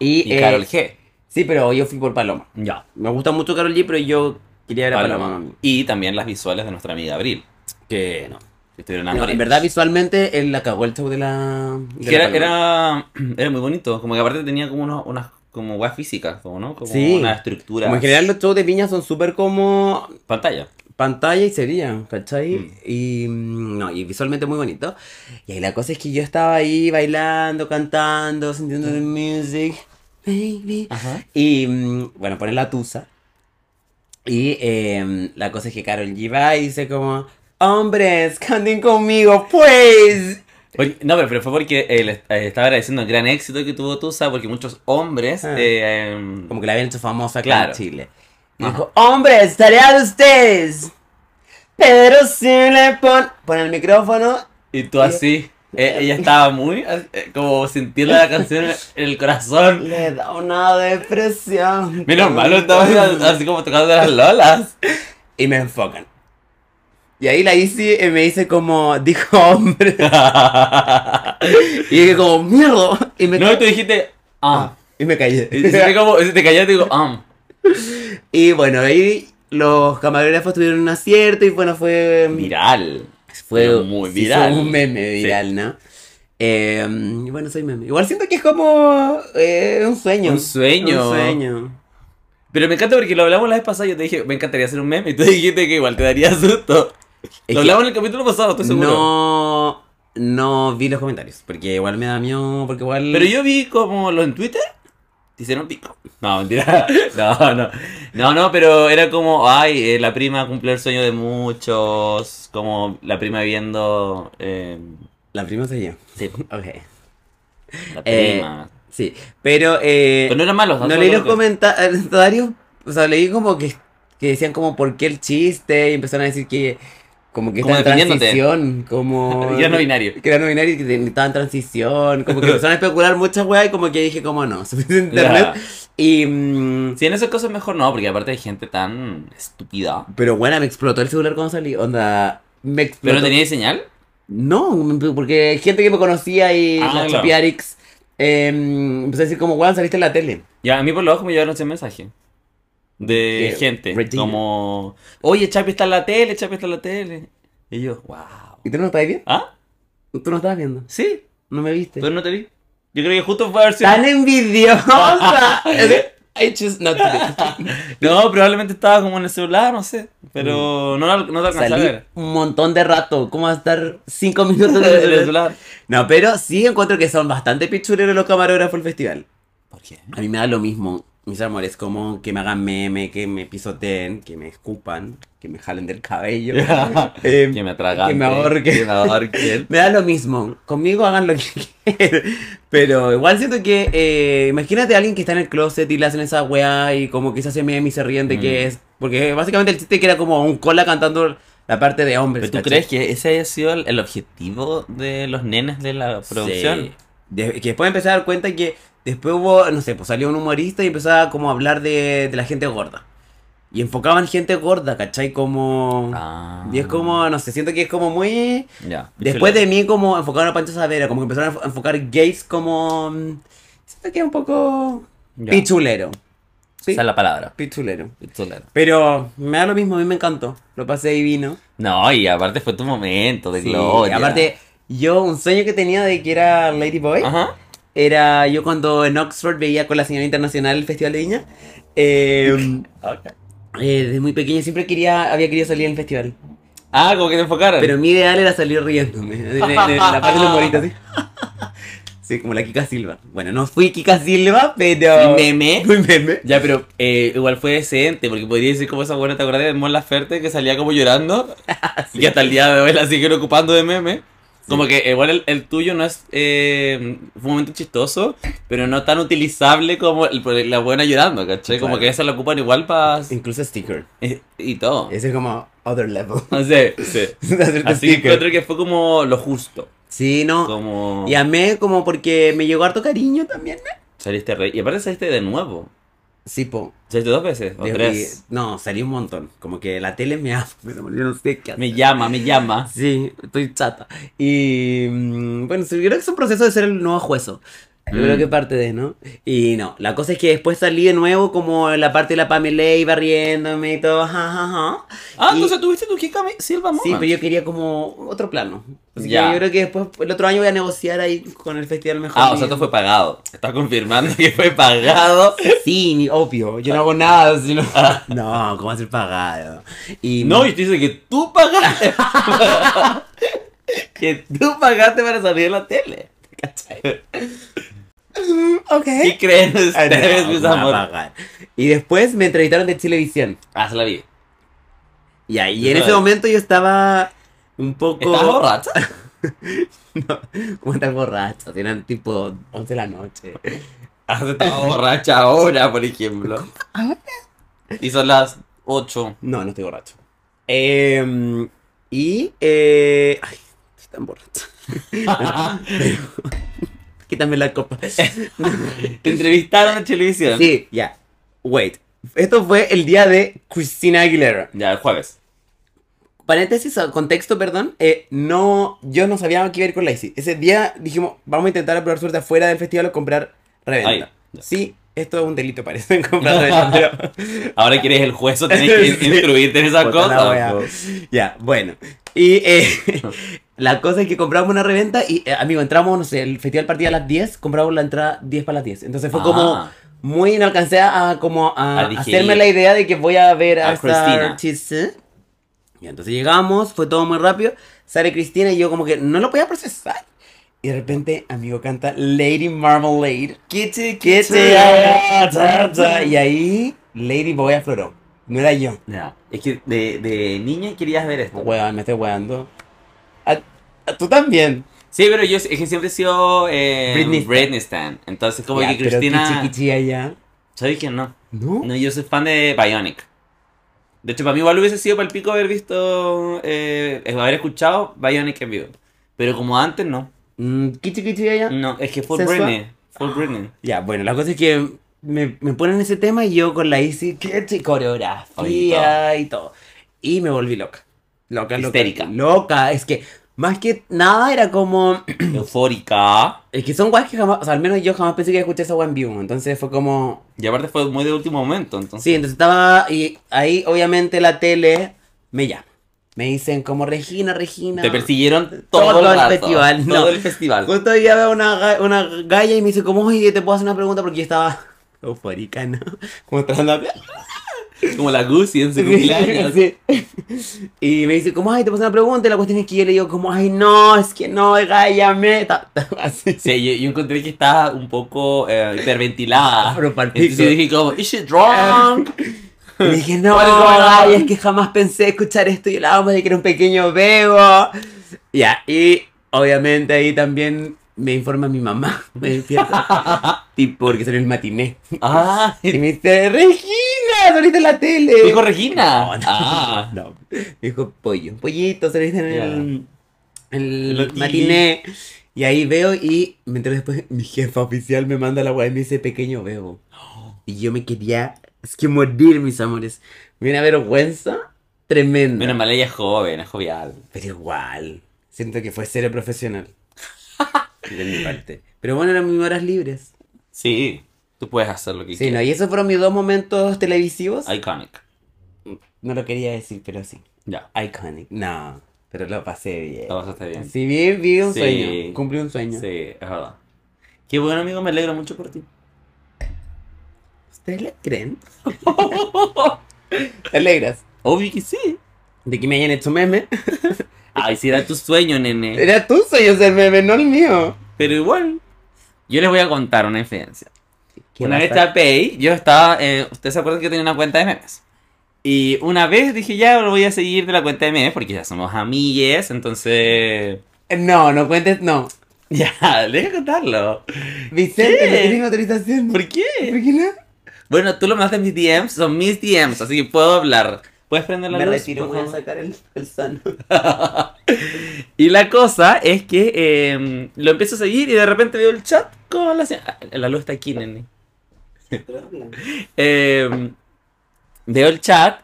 Speaker 1: Y,
Speaker 2: y
Speaker 1: eh,
Speaker 2: Carol G.
Speaker 1: Sí, pero yo fui por Paloma.
Speaker 2: Ya.
Speaker 1: Me gusta mucho Carol G, pero yo quería ver a Paloma, Mami.
Speaker 2: Y también las visuales de nuestra amiga Abril.
Speaker 1: Que no.
Speaker 2: Que estuvieron
Speaker 1: No,
Speaker 2: amores.
Speaker 1: en verdad, visualmente, él la cagó el show de la. de
Speaker 2: Que
Speaker 1: la
Speaker 2: era,
Speaker 1: Paloma.
Speaker 2: era, era muy bonito. Como que aparte tenía como unos, unas como weas físicas, como, ¿no? Como
Speaker 1: Sí.
Speaker 2: una estructura.
Speaker 1: Como en general, los shows de Viña son súper como
Speaker 2: Pantalla.
Speaker 1: pantalla y sería, ¿cachai?
Speaker 2: Mm.
Speaker 1: Y mm, no, y visualmente muy bonito. Y ahí la cosa es que yo estaba ahí bailando, cantando, sintiendo the music, baby.
Speaker 2: Ajá.
Speaker 1: Y mm, bueno, ponen la tusa. Y em, la cosa es que Carol G va y dice como, hombres, canten conmigo, pues.
Speaker 2: Oye, no, pero, pero fue porque eh, le- eh, estaba agradeciendo el gran éxito que tuvo Tusa, porque muchos hombres.
Speaker 1: Ah.
Speaker 2: eh, em,
Speaker 1: Como que la habían hecho famosa acá
Speaker 2: Claro.
Speaker 1: en Chile. Y
Speaker 2: Ajá.
Speaker 1: dijo, hombres, tarea de ustedes. Pero si le pon... Pon el micrófono
Speaker 2: y tú así. eh, ella estaba muy. eh, como sintiendo la canción en el corazón.
Speaker 1: Le da una depresión.
Speaker 2: Menos malo, estaba así- así como tocando las lolas.
Speaker 1: Y me enfocan. Y ahí la Isi eh, me dice como, dijo hombre. Y dije como, mierda. Y me,
Speaker 2: No,
Speaker 1: ca-
Speaker 2: y tú dijiste. Ah.
Speaker 1: y me
Speaker 2: Y se te
Speaker 1: callé.
Speaker 2: como, se te cayó y te digo, ah.
Speaker 1: y bueno, ahí los camarógrafos tuvieron un acierto y bueno, fue...
Speaker 2: Viral.
Speaker 1: fue
Speaker 2: muy
Speaker 1: se hizo
Speaker 2: viral.
Speaker 1: un meme viral, ¿no? Eh, y bueno, soy meme. Igual siento que es como eh, un sueño.
Speaker 2: Un sueño.
Speaker 1: Un sueño.
Speaker 2: Pero me encanta porque lo hablamos la vez pasada. Yo te dije, me encantaría hacer un meme. Y tú dijiste que igual te daría susto.
Speaker 1: Es
Speaker 2: lo
Speaker 1: que
Speaker 2: hablamos en el capítulo pasado, estoy seguro.
Speaker 1: no, no vi los comentarios. Porque igual me da miedo. Porque igual.
Speaker 2: Pero yo vi como lo en Twitter. Te hicieron pico. No, mentira. No, no. No, no, pero era como, ay, eh, la prima cumplió el sueño de muchos. Como la prima viendo. eh,
Speaker 1: La prima soy yo.
Speaker 2: sí,
Speaker 1: Ok.
Speaker 2: la
Speaker 1: Eh,
Speaker 2: prima.
Speaker 1: Sí. Pero. Eh,
Speaker 2: pero no eran malos.
Speaker 1: No
Speaker 2: solo
Speaker 1: leí los
Speaker 2: que-
Speaker 1: comentarios, o sea, leí como que, que decían como por qué el chiste y empezaron a decir que como que
Speaker 2: Como
Speaker 1: estaba en
Speaker 2: defendiéndote.
Speaker 1: transición, como...
Speaker 2: Ya no binario.
Speaker 1: Que era no binario y que te- estaba en transición, como que empezaron a especular muchas weas y como que dije como no, suficiente internet.
Speaker 2: Ya.
Speaker 1: Y... mm,
Speaker 2: Si en esas cosas mejor no, porque aparte hay gente tan estúpida.
Speaker 1: pero bueno, me explotó el celular cuando salí, onda... Me explotó.
Speaker 2: ¿Pero no tenía señal?
Speaker 1: No, porque hay gente que me conocía y
Speaker 2: Ah,
Speaker 1: la
Speaker 2: claro.
Speaker 1: Chapiarix, eh, empezó a decir como, weón, saliste en la tele.
Speaker 2: Ya, a mí por los ojos me llegaron ese mensaje. De
Speaker 1: ¿Qué?
Speaker 2: gente.
Speaker 1: Regina.
Speaker 2: Como, oye, Chapi está en la tele, Chapi está en la tele. Y yo, wow.
Speaker 1: ¿Y tú no estabas bien?
Speaker 2: ¿Ah?
Speaker 1: ¿Tú no estabas viendo?
Speaker 2: Sí,
Speaker 1: ¿No me viste?
Speaker 2: pero no te vi. Yo creo que justo fue a ver si...
Speaker 1: tan envidiosa. I choose not to be.
Speaker 2: No, probablemente estaba como en el celular, no sé. Pero no, la- no te alcanzaba a
Speaker 1: Salí
Speaker 2: ver.
Speaker 1: un montón de rato, ¿cómo va a estar cinco minutos
Speaker 2: En
Speaker 1: en
Speaker 2: el
Speaker 1: el celular?
Speaker 2: celular.
Speaker 1: No, pero sí encuentro que son bastante pichuleros los camarógrafos del festival.
Speaker 2: ¿Por qué?
Speaker 1: A mí me da lo mismo, mis amores, como que me hagan meme, que me pisoteen, que me escupan, que me jalen del cabello. Em,
Speaker 2: Eh, que me atragan.
Speaker 1: que me ahorquen.
Speaker 2: Que me ahorquen.
Speaker 1: Me da lo mismo, conmigo hagan lo que quieran. Pero igual siento que, eh, imagínate a alguien que está en el closet y le hacen esa weá y como que se hace meme y se ríen de que
Speaker 2: Mm.
Speaker 1: es. Porque básicamente el chiste que era como un cola cantando la parte de hombres.
Speaker 2: ¿Pero tú
Speaker 1: ¿cachai?
Speaker 2: crees que ese haya sido el, el objetivo de los nenes de la producción?
Speaker 1: Sí. De- que después empecé a dar cuenta que después hubo, no sé, pues salió un humorista y empezaba como a hablar de, de la gente gorda. Y enfocaban gente gorda, ¿cachai? Como...
Speaker 2: Ah.
Speaker 1: Y es como, no sé, siento que es como muy...
Speaker 2: Ya.
Speaker 1: Después de mí, como enfocaron a Pancho Savera, como que empezaron a enfo- enfocar gays como. mm, Siento que es un poco.
Speaker 2: Ya.
Speaker 1: Pichulero. Sí.
Speaker 2: Esa es la palabra.
Speaker 1: Pichulero.
Speaker 2: Pistolero.
Speaker 1: Pero me da lo mismo, a mí me encantó. Lo pasé divino.
Speaker 2: No, y aparte fue tu momento de
Speaker 1: Sí,
Speaker 2: gloria.
Speaker 1: Aparte, yo, un sueño que tenía de que era Ladyboy,
Speaker 2: Ajá.
Speaker 1: era yo cuando en Oxford veía con la señora internacional el Festival de Viña. eh, eh, desde muy pequeño siempre quería, había querido salir al festival.
Speaker 2: Ah, como que te enfocaron.
Speaker 1: Pero mi ideal era salir riéndome. En, en- en la parte del humorista, así. Sí, como la Kika Silva. Bueno, no fui Kika Silva, pero.
Speaker 2: Sí, meme.
Speaker 1: Fui meme.
Speaker 2: Ya, pero eh, igual fue decente, porque podría decir como esa buena, ¿te acordás de Mon Laferte que salía como llorando? Y hasta el día de hoy la siguen ocupando de meme. Como que igual el, el tuyo no es. eh, fue un momento chistoso, pero no tan utilizable como el- por la buena llorando, ¿cachai? Como
Speaker 1: Claro.
Speaker 2: que esa la ocupan igual para.
Speaker 1: Incluso sticker.
Speaker 2: Y, y todo.
Speaker 1: Ese es como other level.
Speaker 2: No sé, sí.
Speaker 1: De hacerte
Speaker 2: Así que
Speaker 1: sticker.
Speaker 2: creo que fue como lo justo.
Speaker 1: Sí, no.
Speaker 2: Como.
Speaker 1: Y amé como porque me llegó harto cariño también. ¿no?
Speaker 2: Saliste rey. Y aparte saliste de nuevo.
Speaker 1: Sí, po.
Speaker 2: Saliste dos veces o
Speaker 1: Dios,
Speaker 2: tres.
Speaker 1: y- no, salí un montón. Como que la tele me ama. Pero yo no sé qué hacer.
Speaker 2: Me llama, me llama.
Speaker 1: Sí, estoy chata. Y mm, bueno, sí, yo creo que es un proceso de ser el nuevo juezo. Yo creo
Speaker 2: Mm.
Speaker 1: que parte de, ¿no? Y no, la cosa es que después salí de nuevo como en la parte de la Pamela iba riéndome y todo, ja, ja, ja.
Speaker 2: Ah,
Speaker 1: Y-
Speaker 2: entonces tuviste tu Kika Silva
Speaker 1: Sí,
Speaker 2: Moment.
Speaker 1: pero yo quería como otro plano. Así que
Speaker 2: Ya.
Speaker 1: yo creo que después, el otro año voy a negociar ahí con el festival mejor.
Speaker 2: Ah, o sea,
Speaker 1: Amigo.
Speaker 2: esto fue pagado. Estás confirmando que fue pagado. Ah,
Speaker 1: Sí, ni- obvio, yo no hago nada, sino... No, ¿cómo hacer pagado? Y
Speaker 2: No, y te dice que tú pagaste. que tú pagaste para salir en la tele.
Speaker 1: ok.
Speaker 2: ¿Qué creen
Speaker 1: Ah, no,
Speaker 2: ustedes, mis
Speaker 1: ¿cómo va a
Speaker 2: amores?
Speaker 1: pagar? Y después me entrevistaron de Televisión.
Speaker 2: Ah, se la vi.
Speaker 1: Y ahí en
Speaker 2: Eso
Speaker 1: ese
Speaker 2: es.
Speaker 1: momento yo estaba un poco.
Speaker 2: ¿Estás borracha?
Speaker 1: ¿Cómo estás borracho? Eran tipo 11 de la noche.
Speaker 2: Ah, se estaba borracha ahora, por ejemplo. Y son las 8.
Speaker 1: No, no estoy borracho. Em, y. eh, ay, estoy tan borracho. Quítame la copa.
Speaker 2: Te entrevistaron en televisión.
Speaker 1: Sí, ya. Wait. Esto fue el día de Cristina Aguilera.
Speaker 2: Ya, el jueves.
Speaker 1: Paréntesis, o contexto, perdón. eh, no, yo no sabía qué iba a ir con Lacey. Ese día dijimos, vamos a intentar probar suerte afuera del festival o comprar reventa.
Speaker 2: Ahí, ya.
Speaker 1: Sí, esto es un delito, parece, comprar reventa, pero
Speaker 2: Ahora quieres el juez o tienes que
Speaker 1: Sí.
Speaker 2: instruirte en esa
Speaker 1: Puta la
Speaker 2: cosa.
Speaker 1: wea. Ya, bueno. Y eh, La cosa es que compramos una reventa y, eh, amigo, entramos, no sé, el festival partía a las 10, compramos la entrada 10 para las 10. Entonces fue como
Speaker 2: Ah.
Speaker 1: muy, no alcancé a, como a,
Speaker 2: A digerir.
Speaker 1: hacerme la idea de que voy a ver
Speaker 2: A
Speaker 1: a,
Speaker 2: Cristina.
Speaker 1: Star Chisel. Y entonces llegamos, fue todo muy rápido. Sale Cristina y yo como que no lo podía procesar. Y de repente, amigo, canta Lady Marmalade.
Speaker 2: Kitty,
Speaker 1: Que
Speaker 2: kitty.
Speaker 1: te haga ta, ta. Y ahí Lady Boy afloró. No era yo.
Speaker 2: No, es que de, de niña querías ver esto.
Speaker 1: Weón, me estoy weando. A- a- tú también.
Speaker 2: Sí, pero yo es que siempre he sido eh,
Speaker 1: Britney
Speaker 2: Britney,
Speaker 1: Stan.
Speaker 2: Stan. Entonces, como
Speaker 1: Ya,
Speaker 2: que
Speaker 1: pero
Speaker 2: Cristina.
Speaker 1: Kichi Kichi allá.
Speaker 2: ¿Sabes que no?
Speaker 1: ¿No?
Speaker 2: No, yo soy fan de Bionic. De hecho, para mí igual hubiese sido para el pico haber visto, eh, haber escuchado Bionic en vivo. Pero como antes, no.
Speaker 1: Mm, Kichi Kichi allá.
Speaker 2: No, es que fue
Speaker 1: ¿Sensual?
Speaker 2: Britney. Fue Britney.
Speaker 1: Ya, bueno, la cosa es que me, me ponen ese tema y yo con la Easy, que te- coreografía y todo. Y me volví loca. Loca, loca.
Speaker 2: Histérica.
Speaker 1: Loca. Es que más que nada era como.
Speaker 2: Eufórica.
Speaker 1: Es que son guays que jamás. O sea, al menos yo jamás pensé que escuché esa One View. Entonces fue como.
Speaker 2: Y aparte fue muy de último momento, entonces.
Speaker 1: Sí, entonces estaba. Y ahí, obviamente, la tele me llama. Me dicen como Regina, Regina.
Speaker 2: Te persiguieron todo,
Speaker 1: Todo el
Speaker 2: rato,
Speaker 1: festival,
Speaker 2: Todo
Speaker 1: no. Pues-
Speaker 2: el festival.
Speaker 1: Justo hoy día veo una, ga- una galla y me dice, como, oye, te puedo hacer una pregunta porque yo estaba eufórica, ¿no? Como tratando de
Speaker 2: Como la Gucci en su cumpleaños.
Speaker 1: Sí. Y me dice, como, ay, te puedo hacer una pregunta. Y la cuestión es que yo le digo, como, ay, no, es que no, galla, me. ta- ta- Así.
Speaker 2: Sí, yo, yo encontré que estaba un poco eh, hiperventilada.
Speaker 1: Pero pa'l
Speaker 2: Entonces
Speaker 1: pico.
Speaker 2: yo dije como, is she drunk?
Speaker 1: Y le dije, no,
Speaker 2: What is going on?
Speaker 1: galla, es que jamás pensé escuchar esto. Y hablábamos de que era un pequeño bebo. Ya, y obviamente ahí también me informa mi mamá. Me despierta. tipo, porque salió el matiné.
Speaker 2: ah,
Speaker 1: Y me dice, Regina, saliste en la tele.
Speaker 2: dijo Regina.
Speaker 1: No, no,
Speaker 2: Ah.
Speaker 1: no. Dijo pollo. Pollito, saliste en el, el
Speaker 2: Lo- y-
Speaker 1: matiné. Y ahí veo y me entero después, mi jefa oficial me manda la web y me dice, pequeño bebo. Y yo me quería, es que morir, mis amores. Me dio una vergüenza tremenda.
Speaker 2: Menos mal ella es joven, es jovial.
Speaker 1: Pero igual, siento que fue cero profesional. de mi parte. Pero bueno, eran mis horas libres.
Speaker 2: Sí, tú puedes hacer lo que
Speaker 1: Sí, no,
Speaker 2: quieras.
Speaker 1: y esos fueron mis dos momentos televisivos.
Speaker 2: Iconic.
Speaker 1: No lo quería decir, pero sí.
Speaker 2: Ya,
Speaker 1: Iconic. No, pero lo pasé bien.
Speaker 2: lo pasaste bien.
Speaker 1: Sí, vi, vi un
Speaker 2: Sí.
Speaker 1: sueño. Cumplí un sueño.
Speaker 2: Sí, es verdad. Qué bueno, amigo, me alegro mucho por ti.
Speaker 1: ¿Ustedes le creen? ¿Te alegras?
Speaker 2: Obvio que sí.
Speaker 1: De que me hayan hecho meme.
Speaker 2: Ay, si era tu sueño, nene.
Speaker 1: Era tu sueño ser meme, no el mío.
Speaker 2: Pero igual, yo les voy a contar una infidencia.
Speaker 1: ¿Qué
Speaker 2: Una vez
Speaker 1: pasa?
Speaker 2: estaba Pay, yo estaba. eh, Ustedes se acuerdan que yo tenía una cuenta de memes. Y una vez dije, ya lo voy a seguir de la cuenta de memes porque ya somos amigues, entonces.
Speaker 1: No, no cuentes, no.
Speaker 2: Ya, deja contarlo.
Speaker 1: Vicente,
Speaker 2: ¿Qué?
Speaker 1: no tienes autorización.
Speaker 2: ¿Por qué?
Speaker 1: ¿Por qué no?
Speaker 2: Bueno, tú lo mandaste en mis DMs, son mis DMs, así que puedo hablar. ¿Puedes prender la
Speaker 1: Me
Speaker 2: luz?
Speaker 1: retiro,
Speaker 2: por
Speaker 1: voy a
Speaker 2: favor?
Speaker 1: sacar el, el sano.
Speaker 2: Y la cosa es que eh, lo empiezo a seguir y de repente veo el chat con la. se- Ah, La luz está aquí, nene. Eh, veo el chat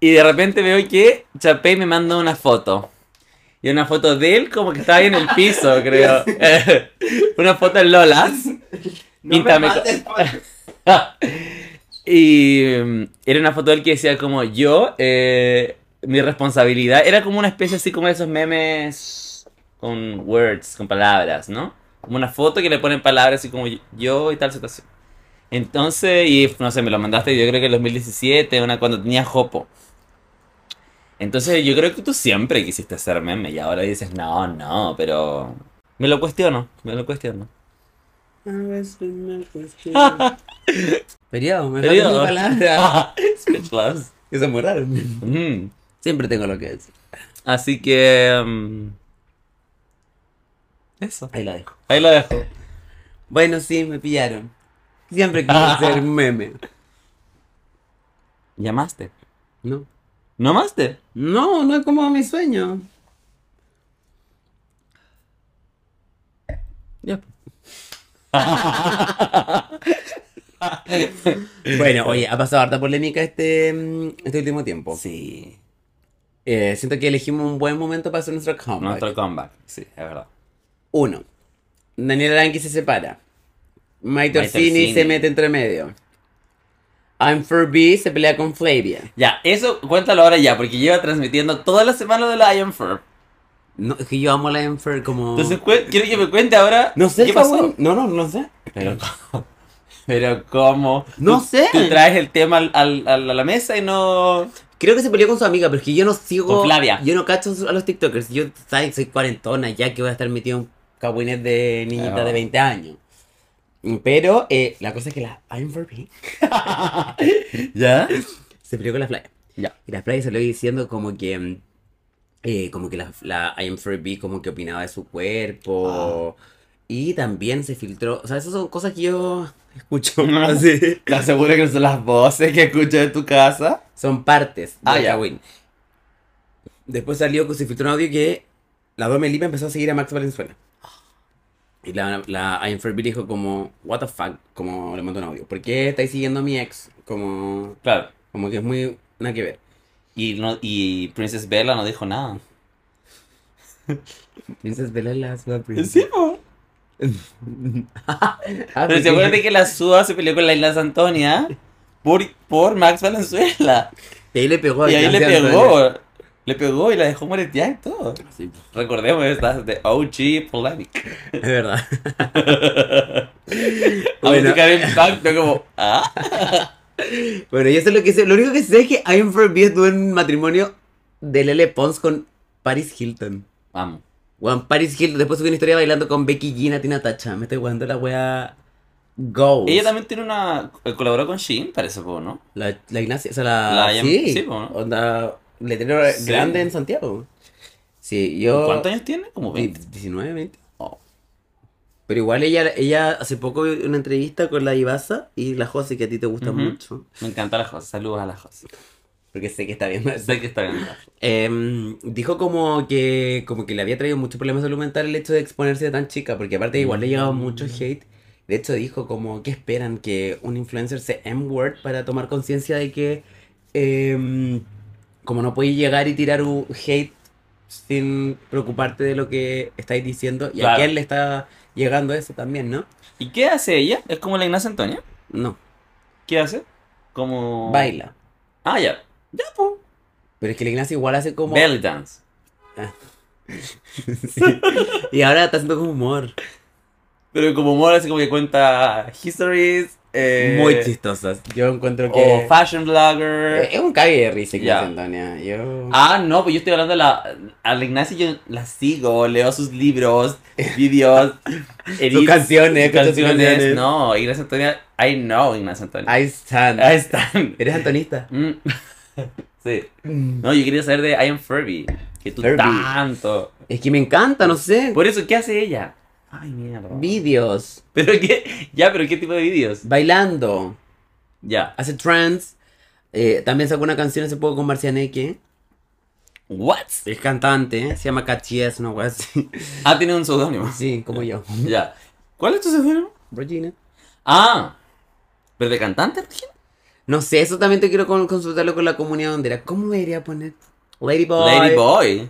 Speaker 2: y de repente veo que Chapey me manda una foto. Y una foto de él como que estaba ahí en el piso, creo. Eh, una foto de Lolas.
Speaker 1: No me
Speaker 2: Píntame
Speaker 1: mates,
Speaker 2: y mm, era una foto de él que decía como yo, eh, mi responsabilidad. Era como una especie así como de esos memes con words, con palabras, ¿no? Como una foto que le ponen palabras así como yo y tal situación. Entonces, y no sé, me lo mandaste yo creo que en 2017, una cuando tenía Jopo. Entonces yo creo que tú siempre quisiste hacer meme y ahora dices, no, no, pero... Me lo cuestiono, me lo cuestiono.
Speaker 1: Periodo, me
Speaker 2: Periodo.
Speaker 1: faltan mis palabras.
Speaker 2: Speech loves.
Speaker 1: Eso es muy raro.
Speaker 2: Mm.
Speaker 1: Siempre tengo lo que decir.
Speaker 2: Así que... mm, eso.
Speaker 1: Ahí la dejo.
Speaker 2: Ahí lo dejo.
Speaker 1: Bueno, sí, me pillaron. Siempre quise ser meme.
Speaker 2: ¿Llamaste?
Speaker 1: No.
Speaker 2: ¿No amaste?
Speaker 1: No, no es como mi sueño.
Speaker 2: Ya.
Speaker 1: Bueno, oye, ha pasado harta polémica este, mm, este último tiempo.
Speaker 2: Sí.
Speaker 1: Eh, siento que elegimos un buen momento para hacer nuestro comeback.
Speaker 2: Nuestro comeback. Sí, es verdad.
Speaker 1: Uno, Daniel Aranqui se separa.
Speaker 2: Mike
Speaker 1: Mike Orsini
Speaker 2: Orsini.
Speaker 1: se mete entre medio. I'm for B se pelea con Flavia.
Speaker 2: Ya, eso cuéntalo ahora ya, porque lleva transmitiendo toda la semana de la Iron Fur.
Speaker 1: No, es que yo amo la Enfer como.
Speaker 2: Entonces, cue- quiero que me cuente ahora.
Speaker 1: no sé,
Speaker 2: ¿Qué pasó?
Speaker 1: cabrón. No, no, no sé.
Speaker 2: Pero, ¿cómo? Pero, ¿cómo?
Speaker 1: No
Speaker 2: Tú-
Speaker 1: sé.
Speaker 2: Tú traes el tema al- al- al- a la mesa y no.
Speaker 1: Creo que se peleó con su amiga, pero es que yo no sigo.
Speaker 2: Con Flavia.
Speaker 1: Yo no cacho a los TikTokers. Yo ¿sabes? soy cuarentona, ya que voy a estar metido en cabuines de niñitas
Speaker 2: Claro.
Speaker 1: de 20 años. Pero eh, la cosa es que la I'm for me
Speaker 2: ¿Ya?
Speaker 1: se peleó con la Flavia.
Speaker 2: Ya.
Speaker 1: Y la Flavia salió diciendo como que. mm, eh, como que la, la I'm for me como que opinaba de su
Speaker 2: Ah.
Speaker 1: cuerpo. Y también se filtró. O sea, esas son cosas que yo escucho. Así.
Speaker 2: ¿Te aseguro que no son las voces que escucho de tu casa?
Speaker 1: Son partes
Speaker 2: Ah,
Speaker 1: de
Speaker 2: ya.
Speaker 1: Kawin. Después salió que se filtró un audio que la Dome Lipa empezó a seguir a Max Valenzuela. Y la, la I'm Fair Bee dijo como, what the fuck, como le mandó un audio. ¿Por qué estáis siguiendo a mi ex? Como,
Speaker 2: Claro.
Speaker 1: como que es muy, nada que ver.
Speaker 2: Y, no, y Princess Bella no dijo nada.
Speaker 1: Princess Bella es la Suda Princess.
Speaker 2: Sí, po.
Speaker 1: Ah,
Speaker 2: Pero
Speaker 1: porque-
Speaker 2: se acuerdan que la SUA se peleó con la Isla San Antonia por, por Max Valenzuela.
Speaker 1: Y ahí le pegó. a
Speaker 2: Y ahí le
Speaker 1: Nancy
Speaker 2: pegó.
Speaker 1: Antonella.
Speaker 2: Le pegó y la dejó moretear y todo.
Speaker 1: Sí,
Speaker 2: Recordemos estas de OG Polemic.
Speaker 1: es verdad.
Speaker 2: A
Speaker 1: Bueno.
Speaker 2: buscar el impacto como, ah,
Speaker 1: Bueno, yo sé lo que sé. Lo único que sé es que I'm for Bee estuvo en un matrimonio de Lele Pons con Paris Hilton.
Speaker 2: vamos.
Speaker 1: Juan Paris Hilton, después subí una historia bailando con Becky G, Natina Tacha. Me estoy jugando la wea Goals.
Speaker 2: Ella también tiene una. eh, Colaboró con Shein, parece poco, ¿no?
Speaker 1: La, la Ignacia, o sea, la.
Speaker 2: La-
Speaker 1: sí,
Speaker 2: sí, po, ¿no?
Speaker 1: onda letrero
Speaker 2: Sí.
Speaker 1: grande en Santiago. Sí, yo.
Speaker 2: ¿Cuántos años tiene? Como 20.
Speaker 1: 19, 20.
Speaker 2: Oh.
Speaker 1: Pero igual ella, ella hace poco vi una entrevista con la Ibaza y la Jose, que a ti te gusta
Speaker 2: Ujú.
Speaker 1: mucho.
Speaker 2: Me encanta la José. Saludos a la José.
Speaker 1: Porque sé que está viendo esto.
Speaker 2: Sé que está bien.
Speaker 1: Em, dijo como que como que le había traído muchos problemas de salud mental el hecho de exponerse de tan chica, porque aparte igual le llegaba mucho hate. De hecho dijo como que esperan que un influencer se M-word para tomar conciencia de que em, como no podéis llegar y tirar un hate sin preocuparte de lo que estáis diciendo y a
Speaker 2: Claro.
Speaker 1: quién le está llegando eso también, ¿no?
Speaker 2: ¿Y qué hace ella? ¿Es como la Ignacia Antonia?
Speaker 1: No,
Speaker 2: ¿Qué hace? Como.
Speaker 1: baila.
Speaker 2: Ah, ya. Ya, po.
Speaker 1: Pero es que la Ignacia igual hace como...
Speaker 2: Belly dance.
Speaker 1: Y ahora está haciendo como humor.
Speaker 2: Pero como humor, así como que cuenta histories. eh,
Speaker 1: Muy chistosas. Yo
Speaker 2: Oh,
Speaker 1: encuentro que...
Speaker 2: O fashion blogger.
Speaker 1: Eh, Es un cague de risa,
Speaker 2: Ya.
Speaker 1: Ignacio Antonia. Yo.
Speaker 2: Ah, no, pues yo estoy hablando de la. A la Ignacia yo la sigo, leo sus libros, vídeos, edits,
Speaker 1: sus canciones,
Speaker 2: sus
Speaker 1: escucho sus
Speaker 2: canciones. No, Ignacia Antonia. I know Ignacia Antonia.
Speaker 1: Ahí están.
Speaker 2: Ahí están.
Speaker 1: ¿Eres antonista?
Speaker 2: Mm. sí. No, yo quería saber de I am Furby. Que tú
Speaker 1: Furby.
Speaker 2: tanto.
Speaker 1: Es que me encanta, no sé.
Speaker 2: Por eso, ¿qué hace ella? Ay, mierda.
Speaker 1: Vídeos,
Speaker 2: Pero qué. Ya, pero qué tipo de vídeos.
Speaker 1: bailando,
Speaker 2: Ya.
Speaker 1: hace trance. Eh, también sacó una canción hace poco con Marcianeque.
Speaker 2: What?
Speaker 1: Es cantante, se llama Cachies, no wea así.
Speaker 2: Ah, tiene un seudónimo.
Speaker 1: Sí, como yo.
Speaker 2: Ya. ¿Cuál es tu seudónimo?
Speaker 1: Regina.
Speaker 2: Ah. ¿Pero de cantante, Regina?
Speaker 1: No sé, eso también te quiero con- consultarlo con la comunidad bandera. ¿Cómo me diría poner? Ladyboy.
Speaker 2: Lady Boy.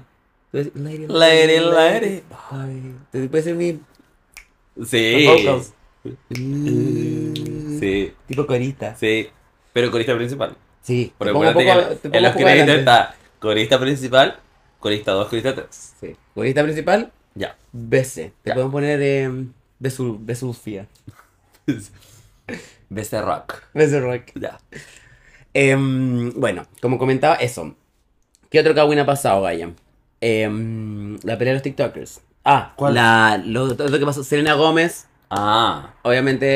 Speaker 1: Lady, lady,
Speaker 2: Lady, lady
Speaker 1: boy. Entonces puede ser mi
Speaker 2: Sí.
Speaker 1: vocals.
Speaker 2: Sí,
Speaker 1: Tipo corista.
Speaker 2: sí. Pero corista principal.
Speaker 1: Sí.
Speaker 2: Porque
Speaker 1: te pongo
Speaker 2: acuérdate
Speaker 1: poco-
Speaker 2: que
Speaker 1: te
Speaker 2: en-
Speaker 1: pongo
Speaker 2: en los
Speaker 1: poco
Speaker 2: créditos
Speaker 1: adelante.
Speaker 2: está corista principal, corista 2, corista 3.
Speaker 1: Sí. Corista principal,
Speaker 2: Ya.
Speaker 1: BC. Te
Speaker 2: Ya.
Speaker 1: podemos poner eh, Besul, Besulfía.
Speaker 2: BC Rock.
Speaker 1: Besulrock.
Speaker 2: Ya.
Speaker 1: Em, bueno, como comentaba, eso. ¿Qué otro Kawin ha pasado, Gaya? Em, la pelea de los TikTokers. Ah,
Speaker 2: ¿Cuál?
Speaker 1: La, lo, lo que pasó, Selena Gómez.
Speaker 2: Ah.
Speaker 1: Obviamente,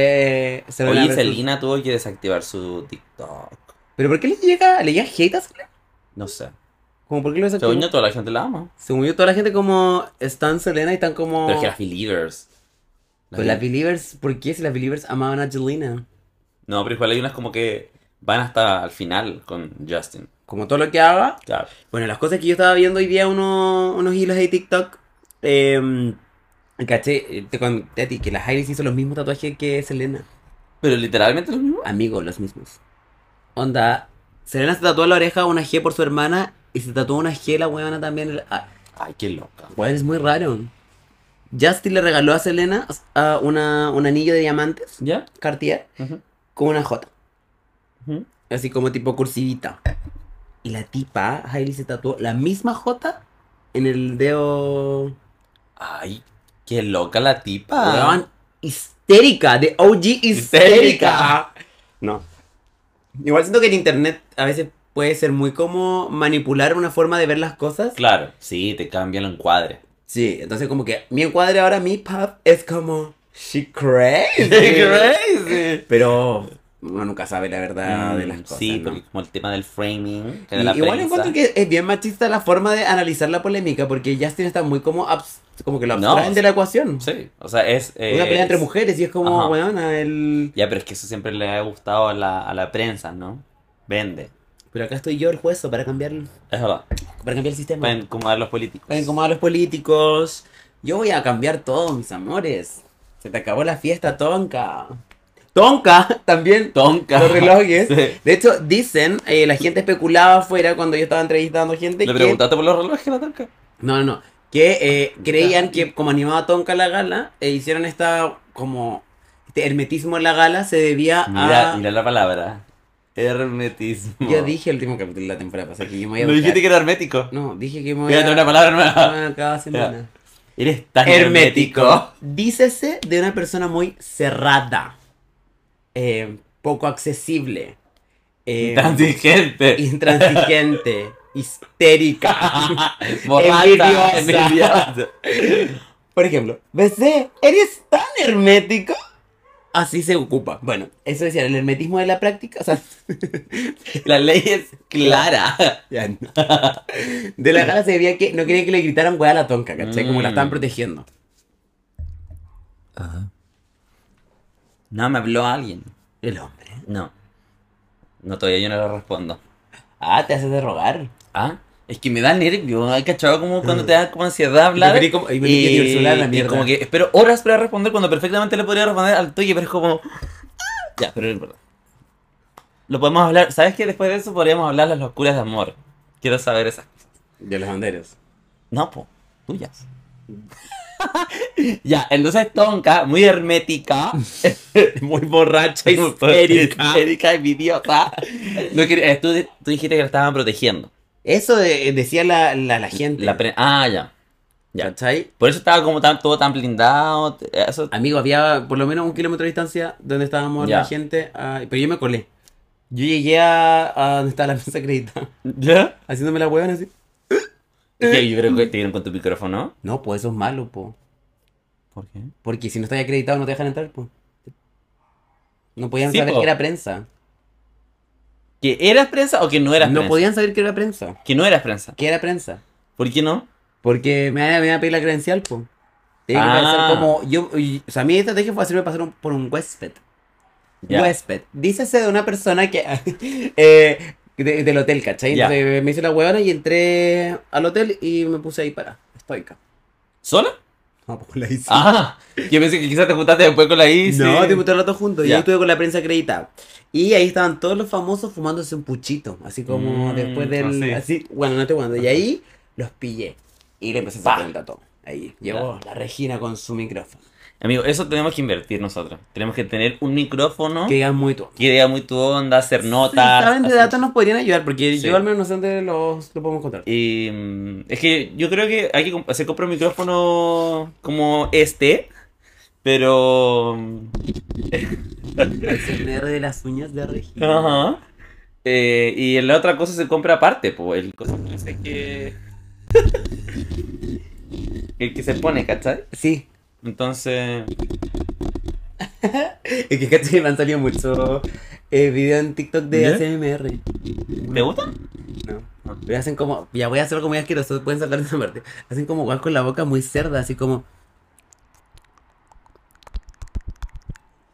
Speaker 1: eh, Selena
Speaker 2: Oye,
Speaker 1: versus-
Speaker 2: Selena tuvo que desactivar su TikTok.
Speaker 1: ¿Pero por qué le llega, le llega hate a Selena?
Speaker 2: No sé.
Speaker 1: Como, ¿por qué lo desactivó?
Speaker 2: Según yo, toda la gente la ama.
Speaker 1: Según yo, toda la gente como están Selena y están como...
Speaker 2: Pero es que las believers. Las
Speaker 1: Pues
Speaker 2: Believers.
Speaker 1: las Believers, ¿por qué si las Believers amaban a Jelena?
Speaker 2: No, pero igual hay unas como que van hasta el final con Justin.
Speaker 1: Como todo lo que haga,
Speaker 2: Claro.
Speaker 1: Bueno, las cosas que yo estaba viendo hoy día, uno- unos hilos de TikTok, eh, caché, eh, te conté a ti que la Iris hizo los mismos tatuajes que Selena.
Speaker 2: Pero literalmente lo mismo.
Speaker 1: Amigos, los mismos. Onda, Selena se tatuó en la oreja una G por su hermana y se tatuó una G la huevona también. Ah,
Speaker 2: Ay, qué loca.
Speaker 1: weón, es muy raro. Justin le regaló a Selena ah, una, un anillo de diamantes,
Speaker 2: ¿Ya?
Speaker 1: Cartier,
Speaker 2: Ujú,
Speaker 1: con una J.
Speaker 2: ujú.
Speaker 1: Así como tipo cursivita. Y la tipa, Hailey se tatuó la misma J en el dedo.
Speaker 2: Ay, qué loca la tipa.
Speaker 1: Weón, histérica, de OG histérica. No. Igual siento que el internet a veces puede ser muy como manipular una forma de ver las cosas.
Speaker 2: Claro, sí, te cambia el encuadre.
Speaker 1: Sí, entonces como que mi encuadre ahora, mi pub, es como... She crazy.
Speaker 2: crazy! Mm,
Speaker 1: Pero uno nunca sabe la
Speaker 2: Ah,
Speaker 1: verdad de las cosas.
Speaker 2: sí,
Speaker 1: ¿no?
Speaker 2: porque como el tema del framing. que
Speaker 1: Y
Speaker 2: era la
Speaker 1: igual
Speaker 2: prensa.
Speaker 1: encuentro que es bien machista la forma de analizar la polémica, porque Justin está muy como, abs- como que lo
Speaker 2: No,
Speaker 1: abstraen de la ecuación.
Speaker 2: Sí, o sea, es. eh,
Speaker 1: Una pelea entre
Speaker 2: es-
Speaker 1: mujeres y es como,
Speaker 2: Ajá.
Speaker 1: weona, el...
Speaker 2: Ya, pero es que eso siempre le ha gustado a la, a la prensa, ¿no? Vende.
Speaker 1: Pero acá estoy yo el juez para cambiar,
Speaker 2: Es verdad.
Speaker 1: para cambiar el sistema.
Speaker 2: Pueden incomodar los políticos.
Speaker 1: Pueden como a los políticos. Yo voy a cambiar todo, mis amores. Se te acabó la fiesta, Tonka. Tonka, también.
Speaker 2: Tonka.
Speaker 1: Los relojes.
Speaker 2: Sí.
Speaker 1: De hecho, dicen, eh, la gente especulaba afuera cuando yo estaba entrevistando gente.
Speaker 2: ¿Le
Speaker 1: que-
Speaker 2: preguntaste por los relojes, la tanca?
Speaker 1: No, no, no. Que eh, creían que como animaba Tonka la gala, e hicieron esta como este hermetismo en la gala se debía
Speaker 2: Mira,
Speaker 1: a.
Speaker 2: mira la palabra. Hermetismo.
Speaker 1: Yo dije el último capítulo de la temporada pasada que yo me voy a
Speaker 2: No
Speaker 1: buscar.
Speaker 2: dijiste que era hermético.
Speaker 1: No, dije que me voy
Speaker 2: Fíjate una
Speaker 1: a.
Speaker 2: palabra nueva.
Speaker 1: Ah, Cada semana.
Speaker 2: Eres tan hermético.
Speaker 1: hermético. Dícese de una persona muy cerrada, eh, poco accesible, eh,
Speaker 2: Intransigente.
Speaker 1: intransigente, histérica.
Speaker 2: Borracha,
Speaker 1: Envidiosa.
Speaker 2: envidiosa.
Speaker 1: Por ejemplo, BC, ¿eres tan hermético? Así se ocupa. Bueno, eso decía, el hermetismo de la práctica, o sea,
Speaker 2: La ley es clara.
Speaker 1: ya no. de la gala se veía que no querían que le gritaran weá a la tonca, ¿cachai? Como la estaban
Speaker 2: Mm.
Speaker 1: protegiendo.
Speaker 2: No, me habló alguien.
Speaker 1: El hombre.
Speaker 2: No. No, todavía yo no le respondo.
Speaker 1: Ah, te haces de rogar.
Speaker 2: Ah, es que me da nervio. Hay cachado como cuando te da como ansiedad hablar.
Speaker 1: Preferí como- y me dije, "Tío, el celular, la
Speaker 2: y
Speaker 1: mierda".
Speaker 2: como que espero horas para responder cuando perfectamente le podría responder al tuyo, pero es como. "Ah". Ya, pero es verdad. Lo podemos hablar. ¿Sabes qué? Después de eso podríamos hablar las locuras de amor. Quiero saber esas.
Speaker 1: De los banderos.
Speaker 2: No, po, tuyas. ya, entonces tonca, muy hermética, muy borracha y
Speaker 1: Histérica.
Speaker 2: histérica, envidiosa. No quería- eh, tú, tú dijiste que la estaban protegiendo.
Speaker 1: Eso de- decía la, la, la gente.
Speaker 2: La pre- ah, ya. Ya.
Speaker 1: ¿Cachai?
Speaker 2: Por eso estaba como tan, todo tan blindado. te- Eso,
Speaker 1: Amigo, había por lo menos un kilómetro de distancia donde estábamos
Speaker 2: Ya.
Speaker 1: la gente. ah, pero yo me colé. Yo llegué a, a donde estaba la mesa acreditada,
Speaker 2: ¿Ya?
Speaker 1: haciéndome la huevona así.
Speaker 2: Es que yo creo que te dieron con tu micrófono.
Speaker 1: No, pues eso es malo, po.
Speaker 2: ¿Por qué?
Speaker 1: Porque si no estás acreditado no te dejan entrar, po. No podían
Speaker 2: Sí,
Speaker 1: saber
Speaker 2: po.
Speaker 1: que era prensa.
Speaker 2: ¿Que eras prensa o que no eras
Speaker 1: no
Speaker 2: prensa?
Speaker 1: podían saber que era prensa.
Speaker 2: Que no eras prensa.
Speaker 1: Que era prensa.
Speaker 2: ¿Por qué no?
Speaker 1: Porque me iban a pedir la credencial, po. Tenía que
Speaker 2: Ah.
Speaker 1: parecer como. Yo, y- o sea, mi estrategia fue hacerme pasar un- por un huésped.
Speaker 2: Ya.
Speaker 1: Huésped. Dícese de una persona que. eh, de- del hotel, ¿cachai?
Speaker 2: Ya.
Speaker 1: Entonces me hice la huevona y entré al hotel y me puse ahí para. Estoica.
Speaker 2: ¿Sola?
Speaker 1: No, pues la hice.
Speaker 2: Ah, yo pensé que quizás te juntaste después con la Isis.
Speaker 1: No, tipo todo el rato juntos. Y
Speaker 2: Ya.
Speaker 1: ahí estuve con la prensa acreditada. Y ahí estaban todos los famosos fumándose un puchito. Así como
Speaker 2: Mm,
Speaker 1: después del.
Speaker 2: así.
Speaker 1: Así. bueno, no te cuento. Y ahí los pillé. Y le empecé a
Speaker 2: Pa.
Speaker 1: hacer cuenta a todo. Ahí llegó la Regina con su micrófono.
Speaker 2: Amigo, eso tenemos que invertir nosotros. Tenemos que tener un micrófono
Speaker 1: Que
Speaker 2: que,
Speaker 1: digan muy tú.
Speaker 2: diga muy tu onda, hacer
Speaker 1: Si
Speaker 2: notas.
Speaker 1: ¿Ah? saben de
Speaker 2: hacer-
Speaker 1: datos nos podrían ayudar, porque
Speaker 2: Sí.
Speaker 1: yo al menos no sé dónde los, lo podemos contar.
Speaker 2: Y, mm, es que yo creo que hay que comp- se compra un micrófono como este, pero mm,
Speaker 1: El dedo de las uñas de Regina.
Speaker 2: Ajá. Eh, y la otra cosa se compra aparte, pues. El cosa que sé que. el que se pone, ¿cachai?
Speaker 1: Sí.
Speaker 2: Entonces.
Speaker 1: Es que caché, me han salido muchos eh, videos en TikTok de
Speaker 2: ¿Ya?
Speaker 1: ASMR.
Speaker 2: ¿Te gusta?
Speaker 1: No. Pero hacen como, ya voy a hacer como ya asqueroso, pueden sacar esa parte. Hacen como guas con la boca muy cerda, así como.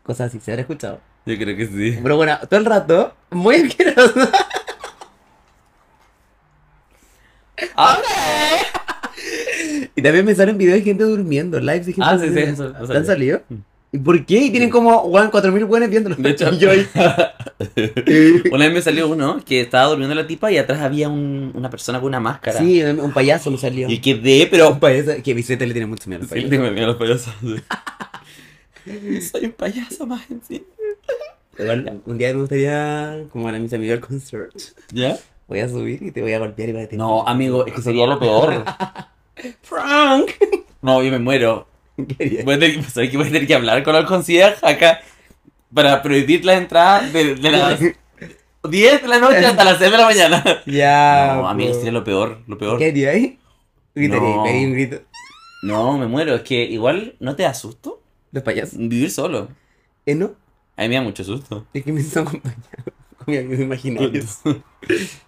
Speaker 1: Cosas así, ¿se habrá escuchado?
Speaker 2: Yo creo que sí.
Speaker 1: Pero bueno, todo el rato, muy asqueroso.
Speaker 2: Ah,
Speaker 1: Y también me salen videos de gente durmiendo, lives de gente
Speaker 2: Ah, sí, sí,
Speaker 1: durmiendo.
Speaker 2: eso, eso
Speaker 1: ¿Te han
Speaker 2: salió.
Speaker 1: salido? ¿Y por qué? Y tienen como, weón, 4000 buenas viéndolo.
Speaker 2: De hecho,
Speaker 1: Y yo ahí.
Speaker 2: una vez me salió uno que estaba durmiendo la tipa y atrás había un- una persona con una máscara.
Speaker 1: Sí, un un payaso me salió.
Speaker 2: Y quedé,
Speaker 1: Un
Speaker 2: pero.
Speaker 1: payaso, que Vicente le tiene mucho miedo al
Speaker 2: Sí,
Speaker 1: payaso.
Speaker 2: tengo miedo a los payasos. Soy un payaso más encima.
Speaker 1: Igual, un día me gustaría, como a mis amigos del concert,
Speaker 2: ¿Ya?
Speaker 1: Voy a subir y te voy a golpear y vas a decir,
Speaker 2: No, amigo, es que sería lo peor. Frank. No, yo me muero.
Speaker 1: ¿qué harías?
Speaker 2: Voy a tener, pues, ¿sabes qué? Voy a tener que hablar con el concierge acá para prohibir las entradas de, de las 10 de la noche hasta las 6 de la mañana.
Speaker 1: Ya.
Speaker 2: No, amigo,
Speaker 1: po.
Speaker 2: sería lo peor, lo peor.
Speaker 1: Ah, pues. ¿Qué harías ahí? Gritaría,
Speaker 2: No.
Speaker 1: pegaría un grito.
Speaker 2: No, me muero. Es que igual no te asusto
Speaker 1: Los payasos.
Speaker 2: vivir solo.
Speaker 1: Eh, no.
Speaker 2: A mí me da mucho susto.
Speaker 1: Es que me hizo acompañado con mis amigos imaginarios.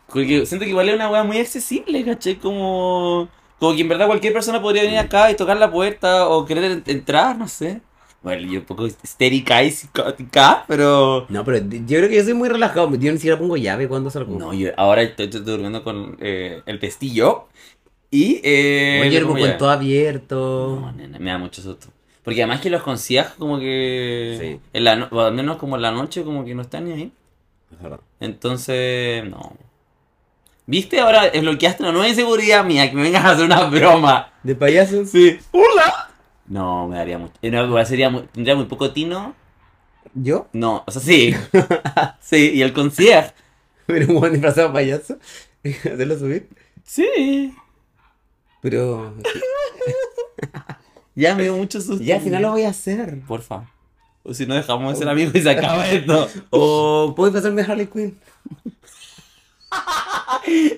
Speaker 2: Porque siento que igual es una weá muy accesible, caché, como... Como que en verdad cualquier persona podría venir acá y tocar la puerta o querer en- entrar, no sé. Bueno, yo un poco histérica y psicótica, pero...
Speaker 1: No, pero yo creo que yo soy muy relajado. Yo ni siquiera pongo llave cuando salgo.
Speaker 2: No, yo ahora estoy, estoy durmiendo con eh, el pestillo y... Eh,
Speaker 1: Oye, yo
Speaker 2: como
Speaker 1: duermo
Speaker 2: ya.
Speaker 1: con todo abierto.
Speaker 2: No, nena, me da mucho susto. Porque además que los concierge como que...
Speaker 1: Sí.
Speaker 2: En la no- o al menos como en la noche como que no están ni ahí.
Speaker 1: Es verdad.
Speaker 2: Entonces, no. ¿Viste? Ahora desbloqueaste una nueva inseguridad mía, que me vengas a hacer una broma.
Speaker 1: De payasos.
Speaker 2: Sí. ¡Hola! No, me daría mucho. eh, No, igual sería muy- tendría muy poco tino.
Speaker 1: ¿Yo?
Speaker 2: No, o sea, sí. sí, y el concierge.
Speaker 1: Pero un buen disfrazado de payaso. Hacerlo subir.
Speaker 2: Sí.
Speaker 1: Pero.
Speaker 2: Ya me dio mucho susto.
Speaker 1: Ya al final lo voy a hacer.
Speaker 2: Porfa. O si no dejamos de ser amigos y se acaba esto.
Speaker 1: O puedo disfrazarme de Harley Quinn.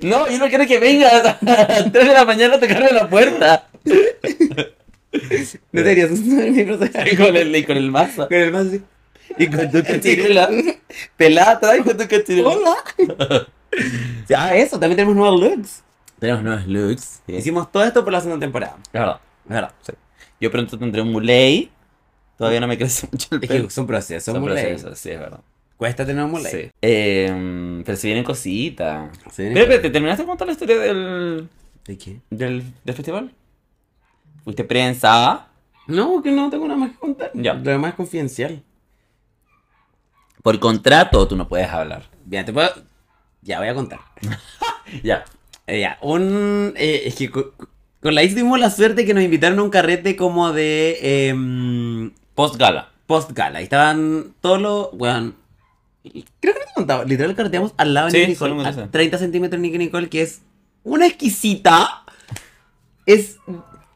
Speaker 2: No, yo no quiero que vengas a las 3 de la mañana a tocarme la puerta.
Speaker 1: No te harías asustar mi disfraz de Harley
Speaker 2: Y con el, y con el mazo.
Speaker 1: Con el más así.
Speaker 2: Y con tu cachirula. Pelada atrás y con tu cachirula.
Speaker 1: ¡Hola! ah, eso, también tenemos nuevos looks.
Speaker 2: Tenemos nuevos looks. Sí.
Speaker 1: Hicimos todo esto por la segunda temporada.
Speaker 2: La verdad.
Speaker 1: La verdad, sí.
Speaker 2: Yo pronto tendré un muley. Todavía no me crece mucho el
Speaker 1: Es
Speaker 2: pelo.
Speaker 1: que son procesos, son,
Speaker 2: Son
Speaker 1: muley.
Speaker 2: procesos, sí, es verdad.
Speaker 1: Cuesta tener un muley.
Speaker 2: Sí. Eh, pero se vienen cositas.
Speaker 1: Sí.
Speaker 2: Pero, pero, ¿te terminaste de contar la historia del,
Speaker 1: ¿De qué?
Speaker 2: del, del festival? Fuiste prensa.
Speaker 1: No, que no tengo nada más que contar.
Speaker 2: Ya.
Speaker 1: Lo demás es confidencial.
Speaker 2: Por contrato tú no puedes hablar.
Speaker 1: Ya, te puedo... Ya, voy a contar.
Speaker 2: Ya.
Speaker 1: Eh, ya, un... eh, es que co- co- con, la X tuvimos la suerte que nos invitaron a un carrete como de... em,
Speaker 2: Post gala.
Speaker 1: post-gala. Y estaban todos los... Weón. Creo que no te he contado. Literal carreteamos al lado de
Speaker 2: Sí,
Speaker 1: Nicki
Speaker 2: sí, me
Speaker 1: Nicole.
Speaker 2: parece.
Speaker 1: A 30 centímetros de Nicki Nicole, que es una exquisita. Es...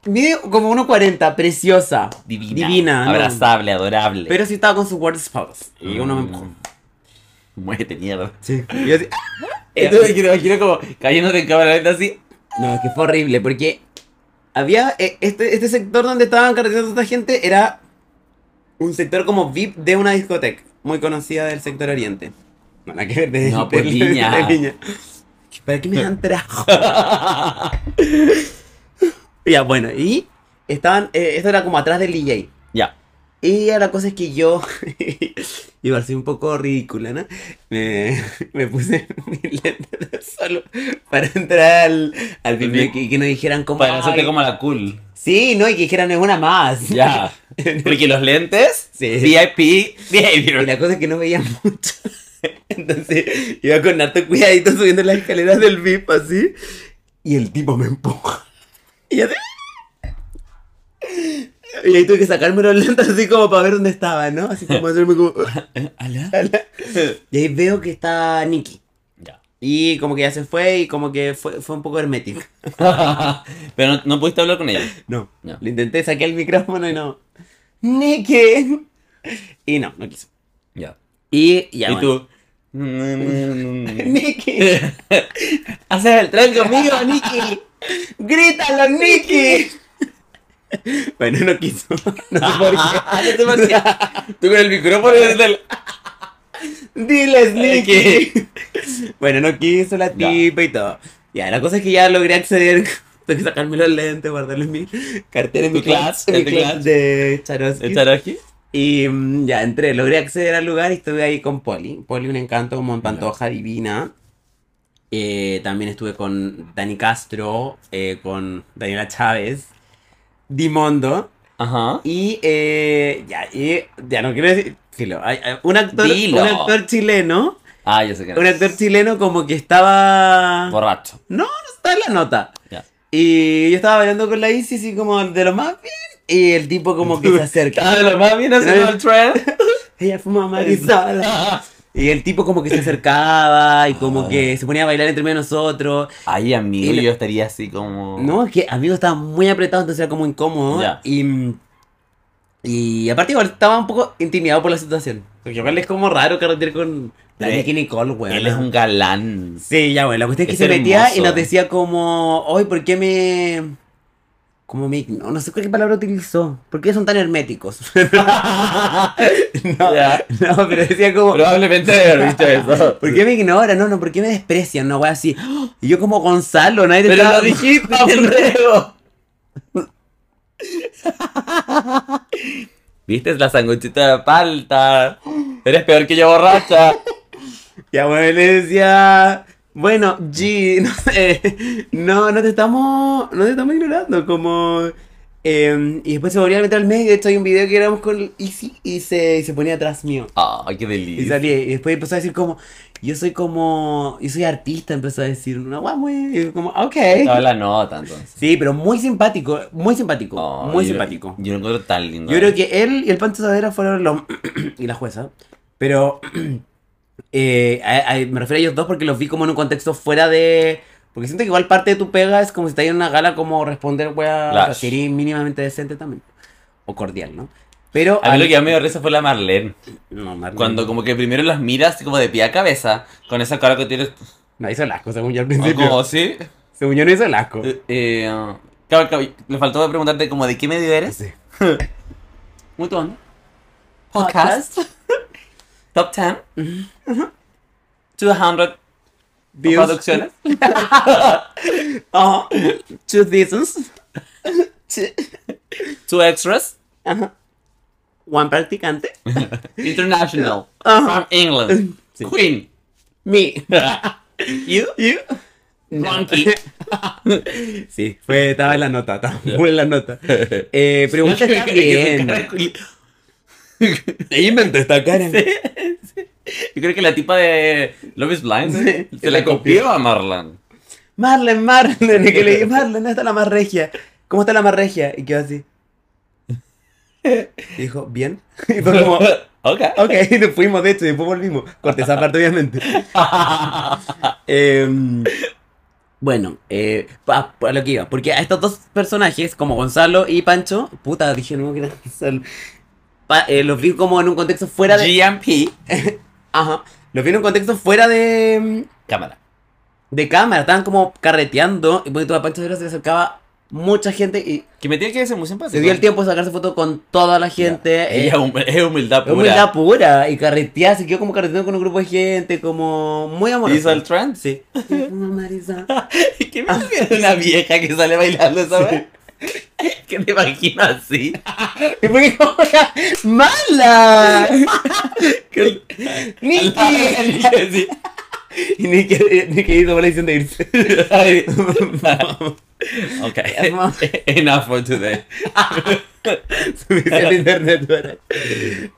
Speaker 1: Mide como 1.40, preciosa.
Speaker 2: Divina.
Speaker 1: Divina, ¿no?
Speaker 2: Abrazable, adorable. mm.
Speaker 1: Pero sí estaba con sus guardaespaldas Y uno me empujó.
Speaker 2: Muérete mierda.
Speaker 1: Sí. Y yo así...
Speaker 2: Entonces me imagino, como cayéndote en cámara lenta así.
Speaker 1: No, es que fue horrible, porque había eh, este, este sector donde estaban carreteando toda esta gente era un sector como VIP de una discoteca muy conocida del sector oriente. No, nada que ver de,
Speaker 2: No,
Speaker 1: de-
Speaker 2: pues,
Speaker 1: de- de-
Speaker 2: niña.
Speaker 1: de niña. ¿Para qué me dan trajo? ya, bueno, y estaban, eh, esto era como atrás del DJ.
Speaker 2: Ya.
Speaker 1: Y la cosa es que yo, igual soy un poco ridícula, ¿no? Me, me puse mis lentes de solo para entrar al, al
Speaker 2: Al
Speaker 1: video
Speaker 2: VIP.
Speaker 1: y que no dijeran como...
Speaker 2: Para hacerte
Speaker 1: "Ay".
Speaker 2: como la cool.
Speaker 1: Sí, no, y que dijeran es una más.
Speaker 2: Ya. Porque los lentes.
Speaker 1: Sí.
Speaker 2: VIP.
Speaker 1: Y
Speaker 2: Behavior.
Speaker 1: la cosa es que no veía mucho. Entonces iba con harto cuidadito subiendo las escaleras del VIP así. Y el tipo me empuja. Y yo así- "Ah". Y ahí tuve que sacarme los lentes así como para ver dónde estaba, ¿no? Así como hacerme como... "Ah".
Speaker 2: ¿Ala?
Speaker 1: Y ahí veo que está Nicky.
Speaker 2: Ya.
Speaker 1: Y como que ya se fue y como que fue, fue un poco hermético.
Speaker 2: Pero no, no pudiste hablar con ella.
Speaker 1: No,
Speaker 2: No.
Speaker 1: Lo intenté, saqué el micrófono y no. Nicky. Y no, no quiso.
Speaker 2: Ya.
Speaker 1: Y ya.
Speaker 2: Y
Speaker 1: bueno.
Speaker 2: tú.
Speaker 1: Nicky.
Speaker 2: Haces el trail conmigo.
Speaker 1: Nicky. Grítalo, Nicky. Bueno, no quiso. No sé por
Speaker 2: Ah, no te pases. Tú con el micrófono desde el.
Speaker 1: qué. Diles,
Speaker 2: Nicky.
Speaker 1: Nicky. Bueno, no quiso la
Speaker 2: Ya.
Speaker 1: tipa y todo. Ya, la cosa es que ya logré acceder. Tuve que sacarme los lentes, guardarlos en mi cartera, en
Speaker 2: Tu
Speaker 1: mi clase,
Speaker 2: clutch,
Speaker 1: en
Speaker 2: en tu
Speaker 1: mi clutch
Speaker 2: clutch.
Speaker 1: de Charoski.
Speaker 2: ¿Estar aquí?
Speaker 1: Y mm, ya entré, logré acceder al lugar y estuve ahí con Poli. Poli, un encanto, como en pantoja divina. Eh, también estuve con Dani Castro, eh, con Daniela Chávez, Dimondo.
Speaker 2: Ajá.
Speaker 1: Y eh, ya, y ya no quiero decir. filo, hay- hay un, actor,
Speaker 2: Dilo.
Speaker 1: un actor chileno.
Speaker 2: Ah, yo sé que
Speaker 1: Un actor chileno como que estaba.
Speaker 2: Borracho.
Speaker 1: No, no está en la nota.
Speaker 2: Ya.
Speaker 1: Y yo estaba bailando con la Isis así como de lo más bien. Y el tipo como que se acerca.
Speaker 2: Ah, lo más bien haciendo el trail.
Speaker 1: Ella fuma marihuana. Y el tipo como que se acercaba y como
Speaker 2: Ah.
Speaker 1: que se ponía a bailar entre medio de nosotros.
Speaker 2: Ay, amigo,
Speaker 1: Y lo-
Speaker 2: yo estaría así como.
Speaker 1: No, es que amigo estaba muy apretado, entonces era como incómodo.
Speaker 2: Ya.
Speaker 1: Y, y aparte igual estaba un poco intimidado por la situación. Porque igual es como raro carretear con la
Speaker 2: Pero
Speaker 1: Nicky Nicole, weón.
Speaker 2: eh, Él es un galán.
Speaker 1: Sí, ya bueno, la cuestión es que
Speaker 2: Es
Speaker 1: se metía y
Speaker 2: hermoso.
Speaker 1: nos decía como, hoy, ¿por qué me... Como me... No, no sé qué palabra utilizó. ¿Por qué son tan herméticos? no,
Speaker 2: Ya.
Speaker 1: no, pero decía como...
Speaker 2: Probablemente debe haber dicho eso.
Speaker 1: ¿Por qué me ignoran? No, no, ¿por qué me desprecian? No, wea, así. Y yo como Gonzalo, nadie te
Speaker 2: Pero
Speaker 1: estaba-
Speaker 2: lo dijiste, Alfredo. ¿Viste la sanguchita de palta? Eres peor que yo borracha.
Speaker 1: Ya, bueno, le decía, bueno, G, no sé, no, no te estamos, no te estamos ignorando, como... em, y después se volvía a meter al medio, de hecho hay un video que éramos con Easy y se, y se ponía atrás mío.
Speaker 2: Ay, qué
Speaker 1: Y
Speaker 2: delicia.
Speaker 1: salía, y después empezó a decir como, yo soy como, yo soy artista, empezó a decir, una guau, muy, y yo como, ok.
Speaker 2: Estaba la nota entonces.
Speaker 1: Sí, pero muy simpático, muy simpático,
Speaker 2: Ay,
Speaker 1: muy
Speaker 2: yo-
Speaker 1: simpático.
Speaker 2: Yo lo encuentro tan lindo. eh.
Speaker 1: Yo creo que él y el Pancho Saavedra fueron los... y la jueza. Pero eh, a- a- me refiero a ellos dos porque los vi como en un contexto fuera de... Porque siento que igual parte de tu pega es como si estás en una gala como responder, wea, o sea,
Speaker 2: Claro.
Speaker 1: sería mínimamente decente también. O cordial, ¿no? Pero...
Speaker 2: A mí lo que me
Speaker 1: me
Speaker 2: dio risa fue la Marlene.
Speaker 1: No, Marlene.
Speaker 2: Cuando como que primero las miras así como de pie a cabeza, con esa cara que tienes.
Speaker 1: No hizo el asco, según yo al
Speaker 2: o
Speaker 1: principio.
Speaker 2: Como así.
Speaker 1: Según yo no hizo el asco.
Speaker 2: Eh, eh, claro, claro, le faltó preguntarte como de qué medio eres.
Speaker 1: Sí.
Speaker 2: Muy tu onda. Podcast. Top 10. 200
Speaker 1: Mm-hmm. Views.
Speaker 2: producciones.
Speaker 1: Ajá. Oh, Two seasons.
Speaker 2: 2 extras.
Speaker 1: Ajá. One practicante.
Speaker 2: International. From England.
Speaker 1: Uh-huh. Sí.
Speaker 2: Queen.
Speaker 1: Me.
Speaker 2: You.
Speaker 1: You.
Speaker 2: Monkey.
Speaker 1: Sí, fue, estaba en la nota, estaba muy en la nota. Eh, pregunta está bien. Ella inventó esta cara.
Speaker 2: Yo creo que la tipa de Love is Blind
Speaker 1: Sí.
Speaker 2: se la copió a Marlan.
Speaker 1: Marlene, Marlene, que le dije, Marlene, está la más regia. ¿Cómo está la más regia? Y quedó así. Y dijo, bien. Y fue como,
Speaker 2: Ok.
Speaker 1: ok, y nos fuimos, de hecho, y después volvimos. Corté esa parte, obviamente. Em, bueno, eh, pa- pa- lo que iba, porque a estos dos personajes, como Gonzalo y Pancho, puta, dije, no, que era Gonzalo. Pa- eh, los vi como en un contexto fuera de.
Speaker 2: GMP.
Speaker 1: Ajá. Los vi en un contexto fuera de.
Speaker 2: Cámara.
Speaker 1: de cámara. Estaban como carreteando. Y porque a Pancho Vera se le acercaba mucha gente y
Speaker 2: Que me tiene que ser muy simpático.
Speaker 1: se dio el tiempo de sacarse foto con toda la gente. eh,
Speaker 2: Ella hum- es humildad
Speaker 1: es
Speaker 2: pura.
Speaker 1: humildad pura. Y carreteaba, se quedó como carreteando con un grupo de gente, como muy amoroso.
Speaker 2: Hizo el trend.
Speaker 1: pues. Sí. Ah. Marisa.
Speaker 2: ¿Qué me imagino una vieja que sale bailando esa vez? ¿Qué te imagino así?
Speaker 1: Y fue como la- ¡Mala!
Speaker 2: Que-
Speaker 1: ¡Nicky!
Speaker 2: Sí.
Speaker 1: Y Nicky, eh, Nicky hizo la decisión de irse.
Speaker 2: Ay. ok.
Speaker 1: Vamos.
Speaker 2: Enough for today.
Speaker 1: Se me hizo el internet. ¿verdad?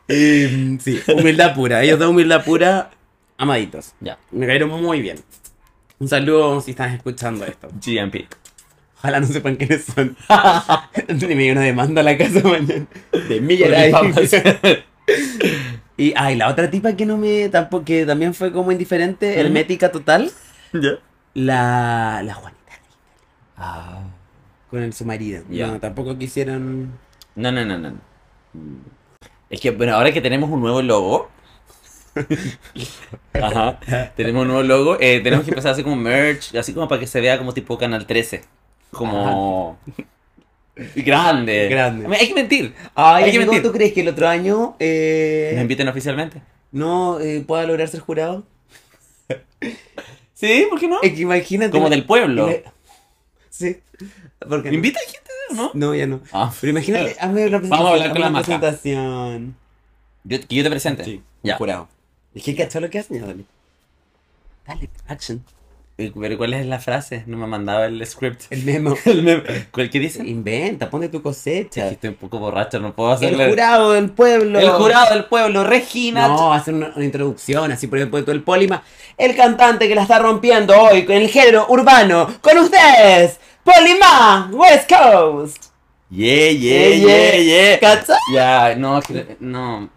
Speaker 1: Y, mm, sí, humildad pura. Ellos dos humildad pura, amaditos.
Speaker 2: Ya.
Speaker 1: Me cayeron muy bien. Un saludo si estás escuchando esto.
Speaker 2: GMP.
Speaker 1: Ojalá no sepan quiénes son. Ni me dio una demanda a la casa mañana. De Millaray. Y ay, la otra tipa que no me tampoco que también fue como indiferente,
Speaker 2: Ujú.
Speaker 1: hermética total,
Speaker 2: Ya.
Speaker 1: la la Juanita
Speaker 2: Ah.
Speaker 1: con el su marido.
Speaker 2: Ya.
Speaker 1: No, tampoco quisieron
Speaker 2: No, no, no, no. no. Es que, bueno, ahora que tenemos un nuevo logo. Ajá. Tenemos un nuevo logo. eh, tenemos que empezar a hacer como merch, así como para que se vea como tipo Canal 13. Como. Grande.
Speaker 1: Grande.
Speaker 2: A ver, Hay que mentir. Ay, hay que
Speaker 1: amigo,
Speaker 2: mentir.
Speaker 1: ¿tú crees que el otro año eh,
Speaker 2: ¿Nos inviten oficialmente?
Speaker 1: no eh, pueda lograr ser jurado?
Speaker 2: Sí, ¿por qué no?
Speaker 1: Es que imagínate
Speaker 2: Como del pueblo.
Speaker 1: Le- Sí. Porque
Speaker 2: Invita a gente, ¿no?
Speaker 1: no, ya no.
Speaker 2: Ah,
Speaker 1: Pero imagínate, hazme la presentación.
Speaker 2: Vamos a hablar con
Speaker 1: hazme
Speaker 2: la maja.
Speaker 1: presentación.
Speaker 2: yo- que yo te presente.
Speaker 1: Sí,
Speaker 2: Ya.
Speaker 1: jurado. Es que cachó lo que hacen, ya, dale. Dale, action.
Speaker 2: Eh, Pero ¿cuál es la frase? No me ha mandado el script.
Speaker 1: El memo.
Speaker 2: El meme. ¿Cuál que dice?
Speaker 1: Inventa, ponte tu
Speaker 2: Es
Speaker 1: cosecha.
Speaker 2: que estoy un poco borracho, no puedo
Speaker 1: El
Speaker 2: hacerlo.
Speaker 1: jurado del pueblo.
Speaker 2: El jurado del pueblo, Regina.
Speaker 1: No, hacer una, una introducción, así por ejemplo, todo el pólima. El cantante que la está rompiendo hoy con el género urbano. Con ustedes, Polima, West Coast.
Speaker 2: Yeah,
Speaker 1: Yeah,
Speaker 2: yeah, yeah, yeah.
Speaker 1: ¿Cacha?
Speaker 2: Ya, no, que- no.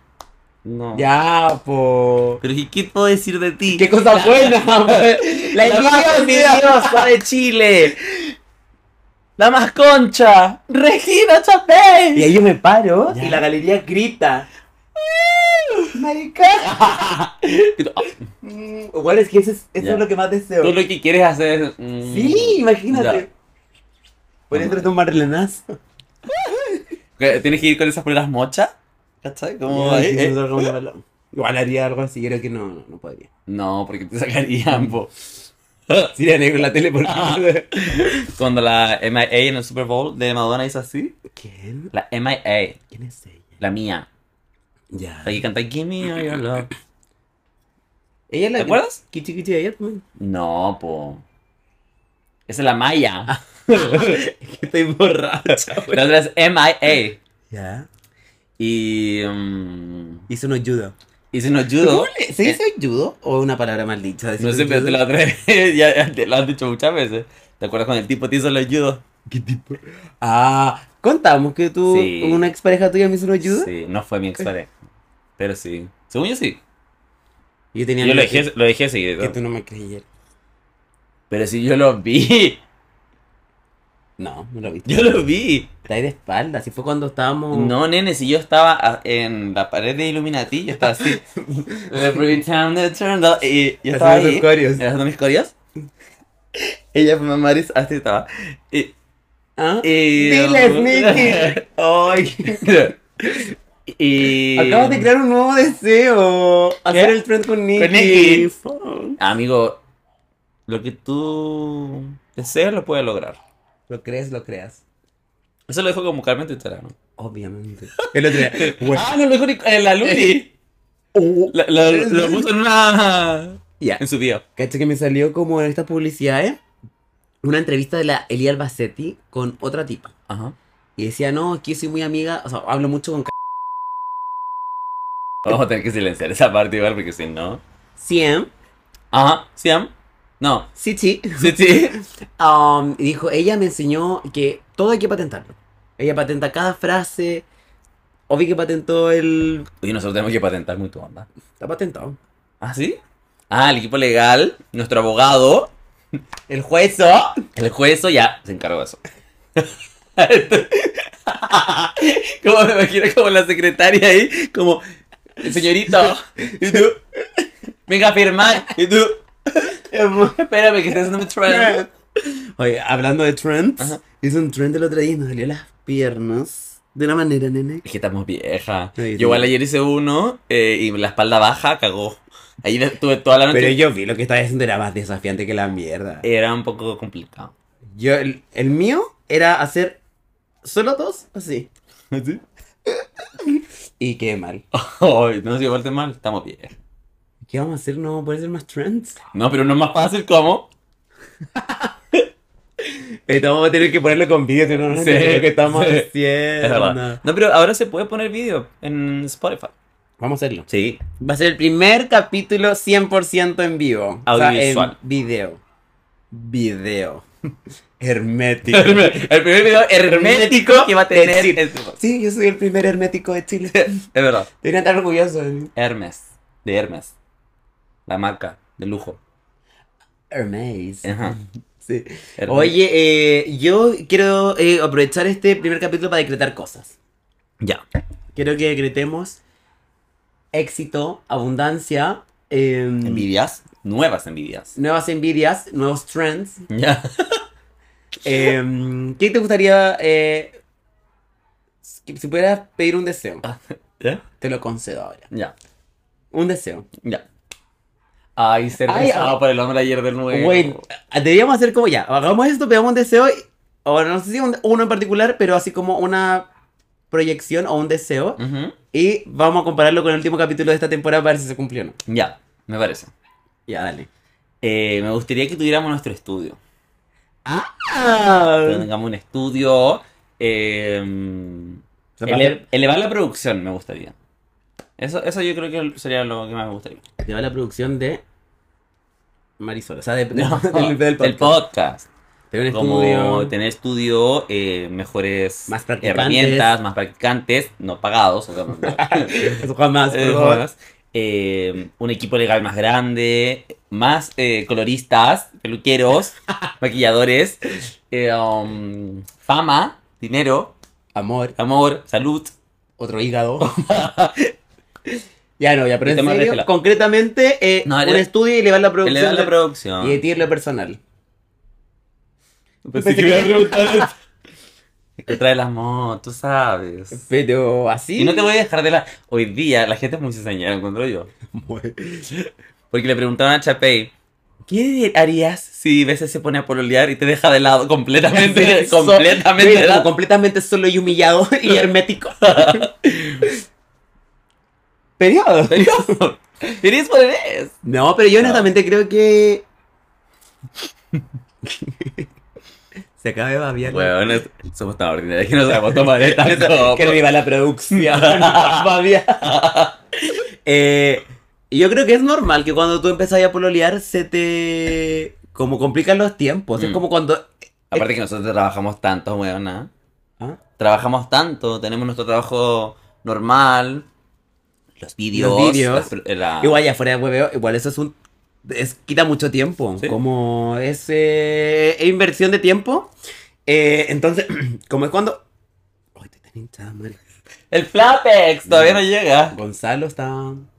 Speaker 2: No.
Speaker 1: Ya, po.
Speaker 2: Pero ¿y qué puedo decir de ti?
Speaker 1: Qué cosa buena,
Speaker 2: La, más envidiosa de Chile. La más concha. Regina Chapé.
Speaker 1: Y ahí yo me paro.
Speaker 2: Y la galería grita.
Speaker 1: Mm. Igual es que eso es, eso
Speaker 2: Ya.
Speaker 1: es lo que más deseo.
Speaker 2: Tú ah, lo que quieres hacer es... mm,
Speaker 1: Sí, imagínate.
Speaker 2: Ya.
Speaker 1: Por dentro de un marlenazo.
Speaker 2: que Tienes que ir con esas poleras mochas. ¿Cachai? Como...
Speaker 1: Ya,
Speaker 2: eh,
Speaker 1: sí,
Speaker 2: eh.
Speaker 1: nosotros como una bala- Igual haría algo así, creo que no, no, no podría.
Speaker 2: No, porque te sacarían, po.
Speaker 1: Sería negro en la tele porque...
Speaker 2: Cuando la MIA en el Super Bowl de Madonna hizo así.
Speaker 1: ¿Quién?
Speaker 2: La MIA,
Speaker 1: ¿Quién es ella?
Speaker 2: la mía.
Speaker 1: Ya.
Speaker 2: La que canta Give me all your love.
Speaker 1: ¿Ella es la
Speaker 2: ¿Te acuerdas?
Speaker 1: Kitty Kitty de pues. Jetman.
Speaker 2: No, po. Esa es la Maya.
Speaker 1: Estoy borracha.
Speaker 2: La otra es MIA.
Speaker 1: Ya.
Speaker 2: Y. mm,
Speaker 1: Hizo un judo.
Speaker 2: y si no judo. Eh.
Speaker 1: ¿Se dice judo o una palabra mal dicha?
Speaker 2: No sé, pero te la otra vez. ya, ya te lo has dicho muchas veces. ¿Te acuerdas cuando el tipo te hizo los judo?
Speaker 1: ¿Qué tipo? Ah, contamos que tú,
Speaker 2: Sí.
Speaker 1: una expareja tuya me hizo un judo.
Speaker 2: Sí, no fue mi ex pareja. Pero sí. Según yo sí.
Speaker 1: Yo tenía
Speaker 2: Yo lo
Speaker 1: miedo
Speaker 2: dejé, lo dejé seguir.
Speaker 1: que, que tú no me creyeras.
Speaker 2: Pero sí, yo lo vi.
Speaker 1: No, no lo viste.
Speaker 2: Yo lo vi.
Speaker 1: Está ahí de espalda, así fue cuando estábamos.
Speaker 2: No, nene, si yo estaba a- en la pared de Illuminati, yo estaba así. Every time they turn the- Y yo estaba
Speaker 1: Haciendo
Speaker 2: ahí.
Speaker 1: tus coreos.
Speaker 2: Haciendo mis coreos. Ella fue Maris, así estaba. Y,
Speaker 1: ¿Ah?
Speaker 2: y-
Speaker 1: Dile, Sneaky.
Speaker 2: Ay. y...
Speaker 1: Acabas de crear un nuevo deseo. Hacer
Speaker 2: ¿Qué?
Speaker 1: el friend con Nicky.
Speaker 2: Nicky.
Speaker 1: Fuck.
Speaker 2: Amigo, lo que tú deseas lo puedes lograr.
Speaker 1: Lo crees, lo creas.
Speaker 2: Eso lo dijo como Carmen Twitter, ¿no?
Speaker 1: Obviamente. El otro día. bueno.
Speaker 2: Ah, no, lo dijo ni- eh, la Luli.
Speaker 1: Oh.
Speaker 2: La- la- lo puso en una...
Speaker 1: Ya.
Speaker 2: En su video.
Speaker 1: Cacha que me salió como en estas publicidades una entrevista de la Elia Albacetti con otra tipa.
Speaker 2: Ajá.
Speaker 1: Y decía, no, es que yo soy muy amiga, o sea, hablo mucho con c-
Speaker 2: Vamos a tener que silenciar esa parte igual porque si no.
Speaker 1: Siem,
Speaker 2: Ajá, Siam. No,
Speaker 1: Sichi.
Speaker 2: sí, sí.
Speaker 1: Um, y dijo, ella me enseñó que todo hay que patentarlo. Ella patenta cada frase. Obvio que patentó el...
Speaker 2: Oye, nosotros tenemos que patentar muy tu onda.
Speaker 1: Está patentado.
Speaker 2: ¿Ah, sí? Ah, el equipo legal, nuestro abogado,
Speaker 1: El juez.
Speaker 2: el juez ya se encargó de eso. como me imagino como la secretaria ahí, como, señorito, y tú, venga a firmar, y tú, espérame que estás haciendo mi trial.
Speaker 1: Oye, hablando de trends,
Speaker 2: Ajá.
Speaker 1: hice un trend el otro día y me salió las piernas. De una manera, nene.
Speaker 2: Es que estamos vieja.
Speaker 1: Sí, sí.
Speaker 2: Yo igual ayer hice uno eh, y la espalda baja cagó. Ahí de- tuve toda la noche.
Speaker 1: Pero yo vi lo que estaba haciendo era más desafiante que la mierda.
Speaker 2: Era un poco complicado.
Speaker 1: Yo, el, el mío era hacer solo dos así.
Speaker 2: ¿Sí?
Speaker 1: Y qué mal.
Speaker 2: Ay, no se igual mal, estamos bien.
Speaker 1: ¿Qué vamos a hacer? ¿No puede ser más trends?
Speaker 2: No, pero no es más fácil como.
Speaker 1: Esto Eh, vamos a tener que ponerlo con vídeo, que no nos
Speaker 2: Sí,
Speaker 1: enteremos lo que estamos
Speaker 2: sí.
Speaker 1: haciendo.
Speaker 2: Es verdad. No, pero ahora se puede poner vídeo en Spotify.
Speaker 1: Vamos a hacerlo.
Speaker 2: Sí.
Speaker 1: Va a ser el primer capítulo 100% en vivo.
Speaker 2: Audiovisual.
Speaker 1: en video. Video. Hermético.
Speaker 2: El primer, el primer video hermético que va a tener.
Speaker 1: Sí.
Speaker 2: Es,
Speaker 1: sí, yo soy el primer hermético de Chile.
Speaker 2: es verdad.
Speaker 1: Deberían estar orgullosos de mí.
Speaker 2: Hermes. De Hermes. La marca. De lujo.
Speaker 1: Hermes.
Speaker 2: Ajá.
Speaker 1: Sí.
Speaker 2: Eh, Hermes.
Speaker 1: Oye, eh, yo quiero eh, aprovechar este primer capítulo para decretar cosas.
Speaker 2: Ya.
Speaker 1: Quiero que decretemos éxito, abundancia, eh,
Speaker 2: Envidias. Nuevas envidias.
Speaker 1: nuevas envidias, nuevos trends.
Speaker 2: Ya.
Speaker 1: Eh, ¿Qué te gustaría? eh, si si pudieras pedir un deseo, Ah,
Speaker 2: ¿Ya?
Speaker 1: te lo concedo ahora.
Speaker 2: Ya.
Speaker 1: Un deseo.
Speaker 2: Ya. Ay, ser
Speaker 1: Ay,
Speaker 2: besado
Speaker 1: ah.
Speaker 2: por el hombre ayer de nuevo.
Speaker 1: Bueno, deberíamos hacer como ya. Hagamos esto, pegamos un deseo. y- O no sé si un- uno en particular, pero así como una proyección o un deseo.
Speaker 2: Ujú.
Speaker 1: Y vamos a compararlo con el último capítulo de esta temporada para ver si se cumplió o no.
Speaker 2: Ya. Me parece.
Speaker 1: Ya, dale.
Speaker 2: Eh, me gustaría que tuviéramos nuestro estudio. Que
Speaker 1: Ah,
Speaker 2: tengamos un estudio. eh,
Speaker 1: Se
Speaker 2: ele-
Speaker 1: pasa.
Speaker 2: elevar la producción me gustaría. Eso, eso yo creo que sería lo que más me gustaría.
Speaker 1: lleva la producción de Marisol, o sea, de- de-
Speaker 2: No,
Speaker 1: del, del podcast.
Speaker 2: podcast.
Speaker 1: Tener un
Speaker 2: como
Speaker 1: estudio.
Speaker 2: tener estudio, eh, mejores
Speaker 1: Más practicantes.
Speaker 2: herramientas, más practicantes, no pagados, o sea, no-
Speaker 1: Eso jamás,
Speaker 2: eh,
Speaker 1: por favor.
Speaker 2: más, eh, un equipo legal más grande, más eh, coloristas, peluqueros, maquilladores, eh, um, fama, dinero,
Speaker 1: Amor,
Speaker 2: amor, salud.
Speaker 1: otro hígado. ya no, ya, pero
Speaker 2: Y
Speaker 1: en
Speaker 2: tema de
Speaker 1: serio,
Speaker 2: regla.
Speaker 1: concretamente, eh,
Speaker 2: No,
Speaker 1: un
Speaker 2: era-
Speaker 1: estudio y elevar la producción.
Speaker 2: Elevar la
Speaker 1: de-
Speaker 2: producción. Pues
Speaker 1: Y emitir lo personal.
Speaker 2: Pensé que iba a preguntar eso. Es que trae el amor, tú sabes.
Speaker 1: Pero así.
Speaker 2: Y no te voy a dejar de la. Hoy día la gente es muy cizañera, encuentro yo. Porque le preguntaban a Chapey, ¿qué harías si veces se pone a pololear y te deja de lado completamente?
Speaker 1: Sí,
Speaker 2: completamente
Speaker 1: Mira,
Speaker 2: de
Speaker 1: como
Speaker 2: lado.
Speaker 1: completamente solo y humillado y hermético. Periodo.
Speaker 2: Eres por eres.
Speaker 1: No, pero yo honestamente creo que. Se acaba de babiar.
Speaker 2: Bueno, es- somos tan ordinarios que no sabemos tomar de tanto.
Speaker 1: que arriba la producción. Babia. Eh, yo creo que es normal que cuando tú empezás a pololear se te. Como complican los tiempos. Es
Speaker 2: Mm.
Speaker 1: como cuando.
Speaker 2: Aparte que nosotros trabajamos tanto, weón, ¿ah?
Speaker 1: ¿Ah?
Speaker 2: Trabajamos tanto, tenemos nuestro trabajo normal, los vídeos,
Speaker 1: Los vídeos.
Speaker 2: las pr- eh, la-
Speaker 1: Igual ya fuera de hueveo, igual eso es un. Es, quita mucho tiempo.
Speaker 2: Sí.
Speaker 1: Como es eh, es inversión de tiempo. Eh, entonces, como es cuando. Ay, te están hinchada mal.
Speaker 2: El Flapex todavía no llega.
Speaker 1: Gonzalo está.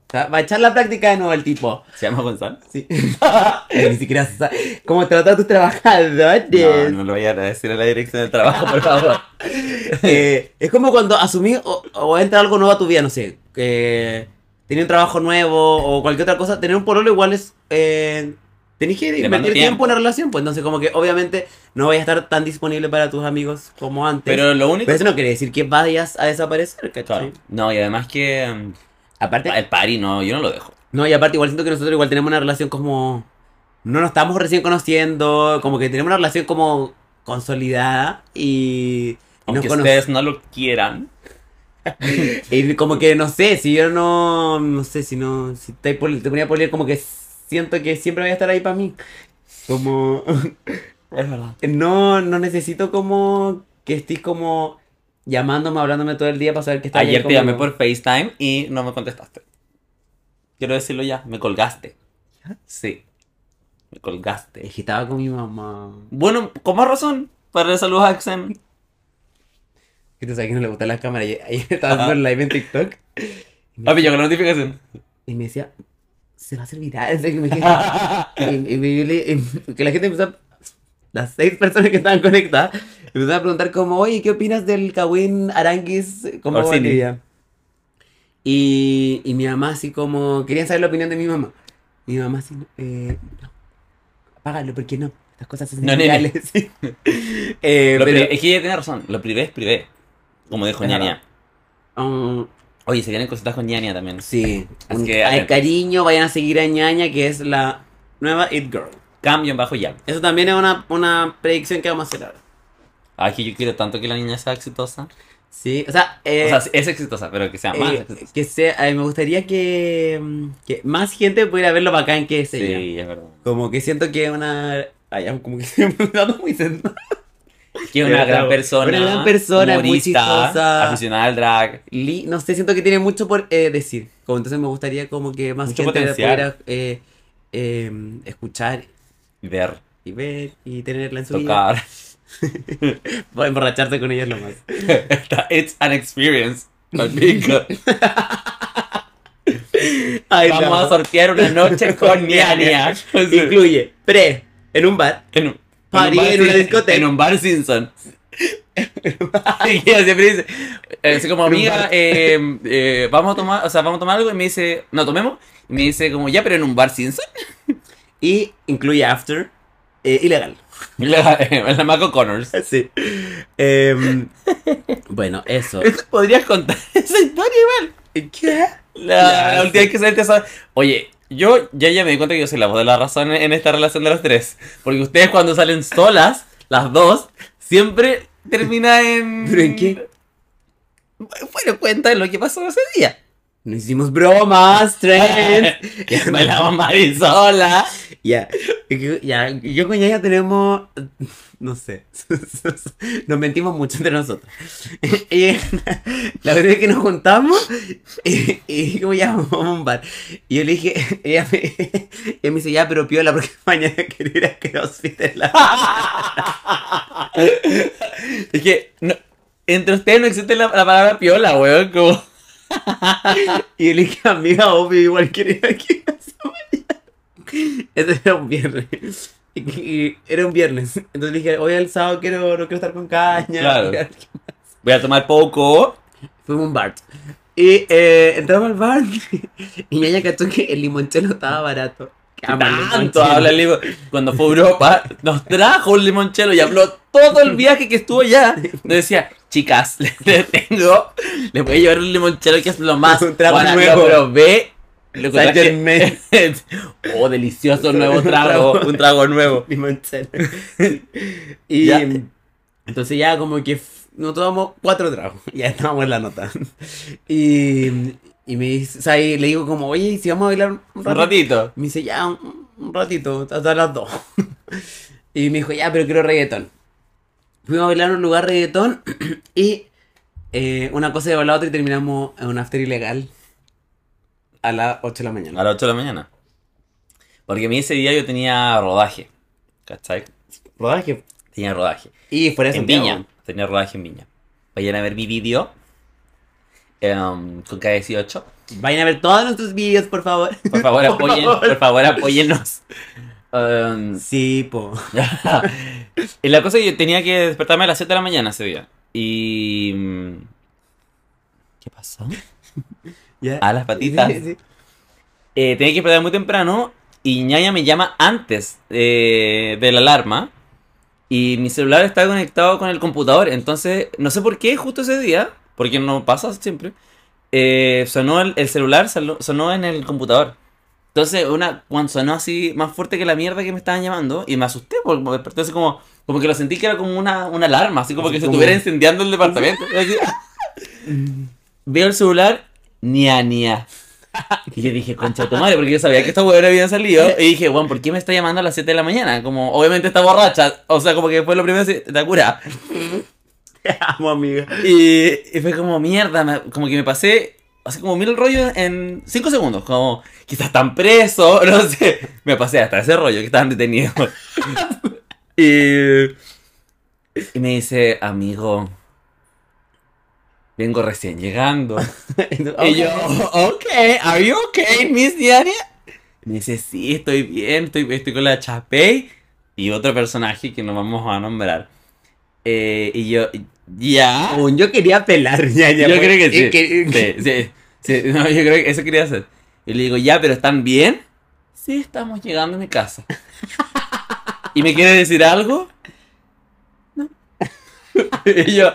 Speaker 1: está- Va a echar la práctica de nuevo el tipo.
Speaker 2: ¿Se llama Gonzalo?
Speaker 1: Sí. Ni siquiera sabe cómo tratar a tus trabajadores.
Speaker 2: No, no lo voy a decir a la dirección del trabajo, por favor.
Speaker 1: Eh, es como cuando asumís o, o entra algo nuevo a tu vida, no sé, que tenés un trabajo nuevo o cualquier otra cosa, tener un pololo igual es... Eh, tenés que invertir tiempo.
Speaker 2: mando tiempo.
Speaker 1: en la relación, pues entonces como que obviamente no vayas a estar tan disponible para tus amigos como antes. Pero,
Speaker 2: Pero lo único...
Speaker 1: eso no quiere decir que vayas a desaparecer, ¿cachai?
Speaker 2: Claro. No, y además que... mm,
Speaker 1: Aparte,
Speaker 2: El party no, yo no lo dejo.
Speaker 1: no, y aparte igual siento que nosotros igual tenemos una relación como... No nos estamos recién conociendo, como que tenemos una relación como consolidada y... y
Speaker 2: Aunque
Speaker 1: cono-
Speaker 2: ustedes no lo quieran.
Speaker 1: Y como que no sé, si yo no. No sé, si no. Si te, pol- te ponía a poner, como que siento que siempre voy a estar ahí para mí. Como.
Speaker 2: Es verdad.
Speaker 1: No, no necesito como. Que estés como. Llamándome, hablándome todo el día para saber que estás ahí
Speaker 2: Ayer te
Speaker 1: como-
Speaker 2: llamé por FaceTime y no me contestaste. Quiero decirlo ya, me colgaste. Sí. Me colgaste.
Speaker 1: Es que estaba con mi mamá.
Speaker 2: Bueno, con más razón para darle saludos a Xem.
Speaker 1: Que tú sabes que no le gustan las cámaras. Ayer, ayer estaba haciendo el live en TikTok.
Speaker 2: Ah, me llegó la notificación.
Speaker 1: Y me decía. Se va a hacer viral. es que me quedé- y, y me- y le- y que la gente empezó a- las seis personas que estaban conectadas empezaron a preguntar como, oye, ¿qué opinas del Kawin Aranguis como
Speaker 2: Orsini.
Speaker 1: Bolivia? Y, y mi mamá así como, querían saber la opinión de mi mamá. Mi mamá así, eh, no, apágalo, porque no, estas cosas son
Speaker 2: No, nene.
Speaker 1: ilegales. Sí. Eh,
Speaker 2: Lo
Speaker 1: pero,
Speaker 2: pri- Es que ella tiene razón, lo privé es privé. Como dijo
Speaker 1: Es
Speaker 2: ñaña.
Speaker 1: um,
Speaker 2: Oye, se vienen cositas con ñaña también.
Speaker 1: sí,
Speaker 2: Así
Speaker 1: un-
Speaker 2: que,
Speaker 1: al
Speaker 2: atento.
Speaker 1: cariño, vayan a seguir a ñaña, que es la nueva It Girl.
Speaker 2: Cambio en bajo ya.
Speaker 1: Eso también es una, una predicción que vamos a hacer ahora.
Speaker 2: Ay, que yo quiero tanto que la niña sea exitosa.
Speaker 1: Sí, o sea, eh,
Speaker 2: O sea, es exitosa, pero que sea más
Speaker 1: Eh,
Speaker 2: exitosa.
Speaker 1: que sea, eh, me gustaría que, mm, que más gente pudiera ver lo bacán que es ella.
Speaker 2: Sí, es verdad.
Speaker 1: Como que siento que es una. Ay, ya, como que se me está dando muy sentado.
Speaker 2: Que es una
Speaker 1: Pero,
Speaker 2: gran persona.
Speaker 1: una gran persona, muy
Speaker 2: humorista,
Speaker 1: chistosa.
Speaker 2: Aficionada al drag.
Speaker 1: Li- No sé, siento que tiene mucho por eh, decir. Como, entonces me gustaría como que más
Speaker 2: Mucho
Speaker 1: gente la
Speaker 2: potencial.
Speaker 1: pudiera eh, eh, escuchar
Speaker 2: Ver,
Speaker 1: y ver y tenerla en su vida.
Speaker 2: tocar.
Speaker 1: Puedo emborracharse con ella es lo más.
Speaker 2: Está- It's an experience. Al pico.
Speaker 1: Ay,
Speaker 2: Vamos
Speaker 1: no.
Speaker 2: a sortear una noche con ñaña.
Speaker 1: Incluye pre en un bar.
Speaker 2: En un,
Speaker 1: Party
Speaker 2: bar
Speaker 1: en una
Speaker 2: Sin-
Speaker 1: discoteca.
Speaker 2: En un bar Simpson. y ella siempre dice, eh, así como
Speaker 1: En un
Speaker 2: amiga,
Speaker 1: bar.
Speaker 2: eh, eh, vamos a tomar, o sea, vamos a tomar algo y me dice, no tomemos. Y me dice como, ya, pero en un bar Simpson.
Speaker 1: Y incluye after eh, ilegal.
Speaker 2: Y la, eh, la Maco Connors.
Speaker 1: Sí. Em, bueno, eso.
Speaker 2: ¿Podrías contar esa historia igual?
Speaker 1: ¿Qué?
Speaker 2: La,
Speaker 1: Ya,
Speaker 2: la
Speaker 1: sí.
Speaker 2: última vez que saliste esa- Oye, yo ya, ya me di cuenta que yo soy la voz de la razón en esta relación de los tres. Porque ustedes cuando salen solas, las dos, siempre termina en...
Speaker 1: ¿Pero en qué?
Speaker 2: Bueno, cuenta de lo que pasó ese día.
Speaker 1: No hicimos bromas, Trent.
Speaker 2: Ya bailamos Marisola.
Speaker 1: Ya, ya, yo con ella tenemos, no sé, nos mentimos mucho entre nosotros. Eh, la verdad es que nos juntamos y, y dijimos, ya, vamos a un bar. Y yo le dije, ella me, ella me dice, ya, pero piola, porque mañana quiero ir a CrossFit en la...
Speaker 2: Es que no- entre ustedes no existe la, la palabra piola, weón. Como...
Speaker 1: Y yo le dije, amiga, obvio, igual quiero ir a CrossFit mañana. Ese era un viernes. Y- y- era un viernes. Entonces le dije, hoy el sábado quiero, no quiero estar con caña.
Speaker 2: Claro.
Speaker 1: quiero-
Speaker 2: Voy a tomar poco.
Speaker 1: Fuimos a un bar. Y eh, entramos al bar y mi ella cachó que el limonchelo estaba barato. Que ama el
Speaker 2: Tanto
Speaker 1: limonchelo.
Speaker 2: habla el libro. Cuando fue a Europa, nos trajo un limonchelo y habló todo el viaje que estuvo allá. Nos decía, chicas, les tengo, les voy a llevar un limonchelo que es lo más.
Speaker 1: Un trago
Speaker 2: Juana,
Speaker 1: nuevo.
Speaker 2: Lo probé. Lo que
Speaker 1: Saint
Speaker 2: traje-
Speaker 1: Germain.
Speaker 2: oh, delicioso nuevo trago. Un trago nuevo.
Speaker 1: Limonchelo. Y
Speaker 2: Ya.
Speaker 1: entonces ya como que f- nos tomamos cuatro tragos. Ya estábamos en la nota. Y, y me dice, o sea, y le digo como, oye, ¿y si vamos a bailar un
Speaker 2: Un
Speaker 1: rato.
Speaker 2: ratito.
Speaker 1: Me dice, ya, un, un ratito, hasta las dos. y me dijo, ya, pero quiero reggaetón. Fuimos a bailar en un lugar reggaetón y eh, una cosa llevó a la otra y terminamos en un after ilegal a las 8 de la
Speaker 2: A
Speaker 1: mañana.
Speaker 2: las 8 de la mañana. Porque a mí ese día yo tenía rodaje. ¿Cachai?
Speaker 1: Rodaje.
Speaker 2: Tenía rodaje.
Speaker 1: Y fuera de
Speaker 2: En
Speaker 1: Santiago.
Speaker 2: Viña. Tenía rodaje en Viña. Vayan a ver mi vídeo. em, con K18.
Speaker 1: Vayan a ver todos nuestros vídeos, por favor.
Speaker 2: Por favor,
Speaker 1: Por
Speaker 2: apoyen,
Speaker 1: favor.
Speaker 2: por favor, apóyennos. Em,
Speaker 1: Sí, po.
Speaker 2: y la cosa es que yo tenía que despertarme a las 7 de la mañana ese día. Y. mm, ¿Qué pasó?
Speaker 1: Ya.
Speaker 2: A las patitas.
Speaker 1: Sí, sí.
Speaker 2: Eh, tenía que despertar muy temprano. Y ñaña me llama antes eh, de la alarma. Y mi celular está conectado con el computador. Entonces, no sé por qué justo ese día, porque no pasa siempre, eh, sonó el, el celular, salo- sonó en el computador. Entonces, una, cuando sonó así, más fuerte que la mierda que me estaban llamando, y me asusté, porque me desperté así como, como que lo sentí que era como una, una alarma, así como
Speaker 1: Así
Speaker 2: que
Speaker 1: como-
Speaker 2: se estuviera incendiando el departamento. Así. Veo el celular, ña, ña. Y yo dije, concha de tu madre, porque yo sabía que esta huevona había salido. Y dije, Juan, ¿por qué me está llamando a las 7 de la mañana? Como, obviamente está borracha. O sea, como que fue lo primero que te cura.
Speaker 1: Te amo, amiga.
Speaker 2: Y, y fue como, mierda, me- como que me pasé, así como mil rollos en 5 segundos. Como, quizás tan preso, no sé. Me pasé hasta ese rollo, que estaban detenidos. y, y me dice, amigo, vengo recién llegando. Y yo, ok, are you okay, Miss Diaria? Me dice, sí, estoy bien, estoy, estoy con la Chapey y otro personaje que no vamos a nombrar. Eh, y yo, ya.
Speaker 1: Aún yo quería pelar, ya, ya,
Speaker 2: yo
Speaker 1: pues.
Speaker 2: creo que
Speaker 1: Eh,
Speaker 2: sí. Sí, sí, sí, no, yo creo que eso quería hacer. Y le digo, ya, pero ¿están bien? Sí, estamos llegando a mi casa. ¿Y me quiere decir algo? No. y yo,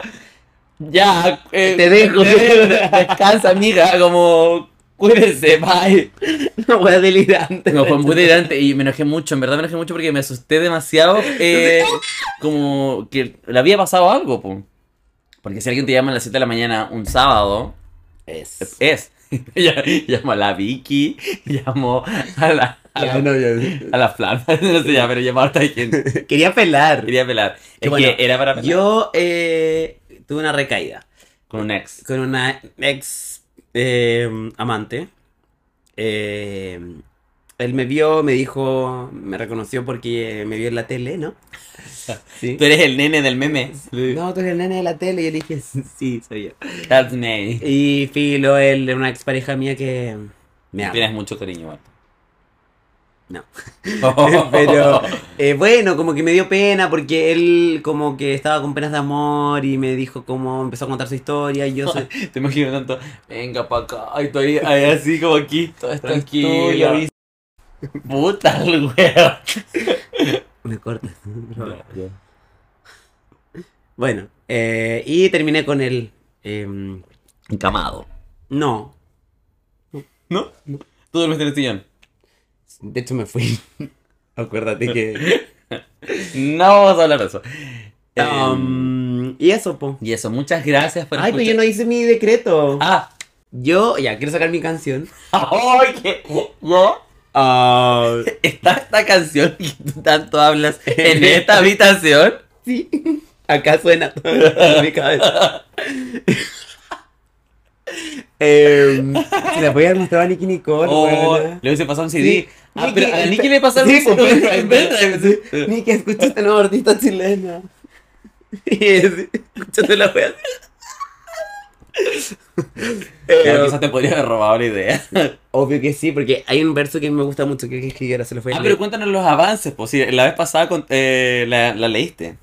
Speaker 2: ya, eh,
Speaker 1: Te dejo.
Speaker 2: descansa, amiga, como, cuídese, bye.
Speaker 1: Una wea delirante.
Speaker 2: No, fue muy delirante y me enojé mucho, en verdad me enojé mucho porque me asusté demasiado. eh, como que le había pasado algo, po. Porque si alguien te llama a las 7 de la mañana un sábado,
Speaker 1: Es.
Speaker 2: es. Ya- Llamo a la Vicky, llamo a la, a la,
Speaker 1: Ya, Ah, no, ya.
Speaker 2: a la Flan, no sé ya, pero llamaba a otra gente.
Speaker 1: Quería pelar.
Speaker 2: Quería pelar.
Speaker 1: Que
Speaker 2: Es
Speaker 1: bueno,
Speaker 2: que era para pelar
Speaker 1: Yo eh, tuve una recaída
Speaker 2: con un ex.
Speaker 1: con una ex eh, amante. Eh, él me vio, me dijo, me reconoció porque me vio en la tele, ¿no? Sí.
Speaker 2: Tú eres el nene del meme.
Speaker 1: No, tú eres el nene de la tele. Y yo le dije, sí, soy yo.
Speaker 2: That's me.
Speaker 1: Y Filo, él era una expareja mía que me ama.
Speaker 2: Tienes mucho cariño, Oh. igual.
Speaker 1: No. Pero eh, bueno, como que me dio pena porque él como que estaba con penas de amor y me dijo como empezó a contar su historia y yo soy...
Speaker 2: Te imagino tanto, venga pa' acá, ay, estoy ahí, así como aquí, todo es
Speaker 1: Tranquilo.
Speaker 2: tranquilo. y- Puta el weón.
Speaker 1: Me corta. Bueno, eh, y terminé con él. Em,
Speaker 2: Encamado.
Speaker 1: no,
Speaker 2: ¿No? Tú dormiste en el sillón.
Speaker 1: de hecho me fui. Acuérdate que...
Speaker 2: No vamos a hablar de eso. Em.
Speaker 1: Um, y eso, po.
Speaker 2: Y eso, muchas gracias por
Speaker 1: Ay, pues pero
Speaker 2: escuchar-
Speaker 1: yo no hice mi decreto.
Speaker 2: Ah,
Speaker 1: Yo, ya, quiero sacar mi canción.
Speaker 2: ¡Ay, qué! ¿Ya?
Speaker 1: Ah,
Speaker 2: Está esta canción que tú tanto hablas en esta habitación.
Speaker 1: sí. Acá suena todo en mi cabeza. Em, se la voy a mostrar a Nicky Nicole.
Speaker 2: O
Speaker 1: weona.
Speaker 2: le hubiese pasado un
Speaker 1: Sí.
Speaker 2: CD. Ah,
Speaker 1: Nicki-
Speaker 2: pero a Nicky le pasaron
Speaker 1: Sí, pues,
Speaker 2: un
Speaker 1: por
Speaker 2: CD.
Speaker 1: pendrive, pendrive, sí. Nicky, escucha este nuevo artista chilena.
Speaker 2: Escúchate la wea. Pero quizás te podría haber robado la idea. Ah,
Speaker 1: Obvio que sí, porque hay un verso que me gusta mucho que que escribí, ahora se lo voy a
Speaker 2: Ah,
Speaker 1: leer.
Speaker 2: pero cuéntanos los avances, pues si la vez pasada con- eh, la, la leíste.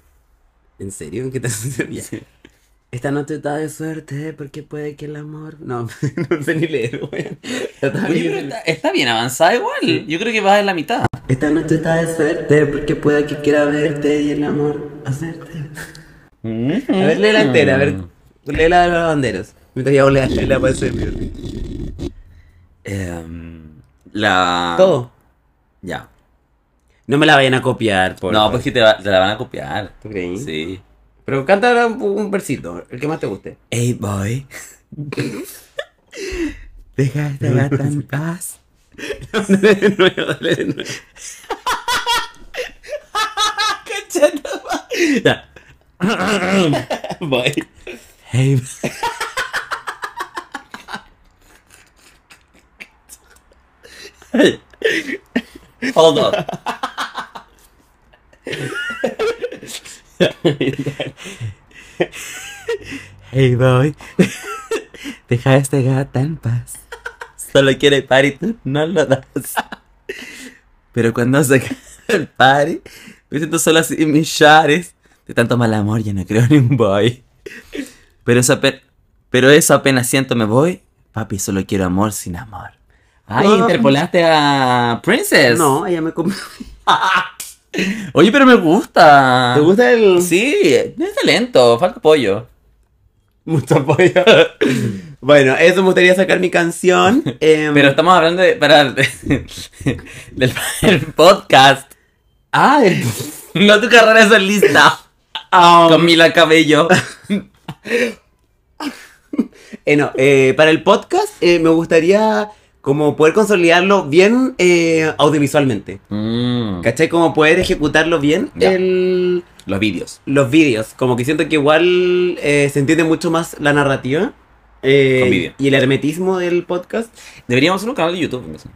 Speaker 1: ¿En serio? ¿Qué te Ya. Esta noche está de suerte porque puede que el amor... No, no sé ni leer, weón. Ya está
Speaker 2: Oye,
Speaker 1: bien.
Speaker 2: pero está, está bien avanzada igual. Yo creo que vas en la mitad.
Speaker 1: Esta noche está de suerte porque puede que quiera verte y el amor hacerte. A ver,
Speaker 2: Mm.
Speaker 1: léela entera, a ver. Léela de los banderos. Mientras yo lea, léela para hacer
Speaker 2: Em, la.
Speaker 1: Todo.
Speaker 2: Ya.
Speaker 1: No me la vayan a copiar, por
Speaker 2: no,
Speaker 1: favor.
Speaker 2: pues que te, va- te la van a copiar.
Speaker 1: ¿Tú creí?
Speaker 2: Sí.
Speaker 1: pues, Pero canta ahora un, un versito, el que más te guste.
Speaker 2: Hey, boy. Deja esta gata en paz.
Speaker 1: dale de nuevo, dale de nuevo. Ya.
Speaker 2: Boy. Hey, Hold on. hey boy, deja a este gata en paz. Solo quiere party, tú no lo das. Pero cuando se acaba el party, me siento solo así en mis shares. De tanto mal amor ya no creo en un boy. Pero eso, ape- pero eso apenas siento me voy. Papi, solo quiero amor sin amor. Ay,
Speaker 1: No.
Speaker 2: interpolaste a Princess.
Speaker 1: No, ella me copió.
Speaker 2: Oye, pero me gusta.
Speaker 1: ¿Te gusta el...?
Speaker 2: Sí, es talento, falta pollo.
Speaker 1: Mucho apoyo. bueno, eso me gustaría sacar mi canción. em,
Speaker 2: Pero estamos hablando de. Para, de- del el podcast.
Speaker 1: Ah, el-
Speaker 2: No tu carrera solista.
Speaker 1: ah,
Speaker 2: Con Mila Cabello.
Speaker 1: eh, no, eh, para el podcast eh, me gustaría como poder consolidarlo bien eh, audiovisualmente.
Speaker 2: Mm,
Speaker 1: ¿Cachai? Como poder ejecutarlo bien
Speaker 2: Ya.
Speaker 1: el-
Speaker 2: los vídeos.
Speaker 1: los vídeos. Como que siento que igual eh, se entiende mucho más la narrativa. eh,
Speaker 2: Con vídeo.
Speaker 1: y el hermetismo del podcast.
Speaker 2: Deberíamos hacer un canal de YouTube. eso.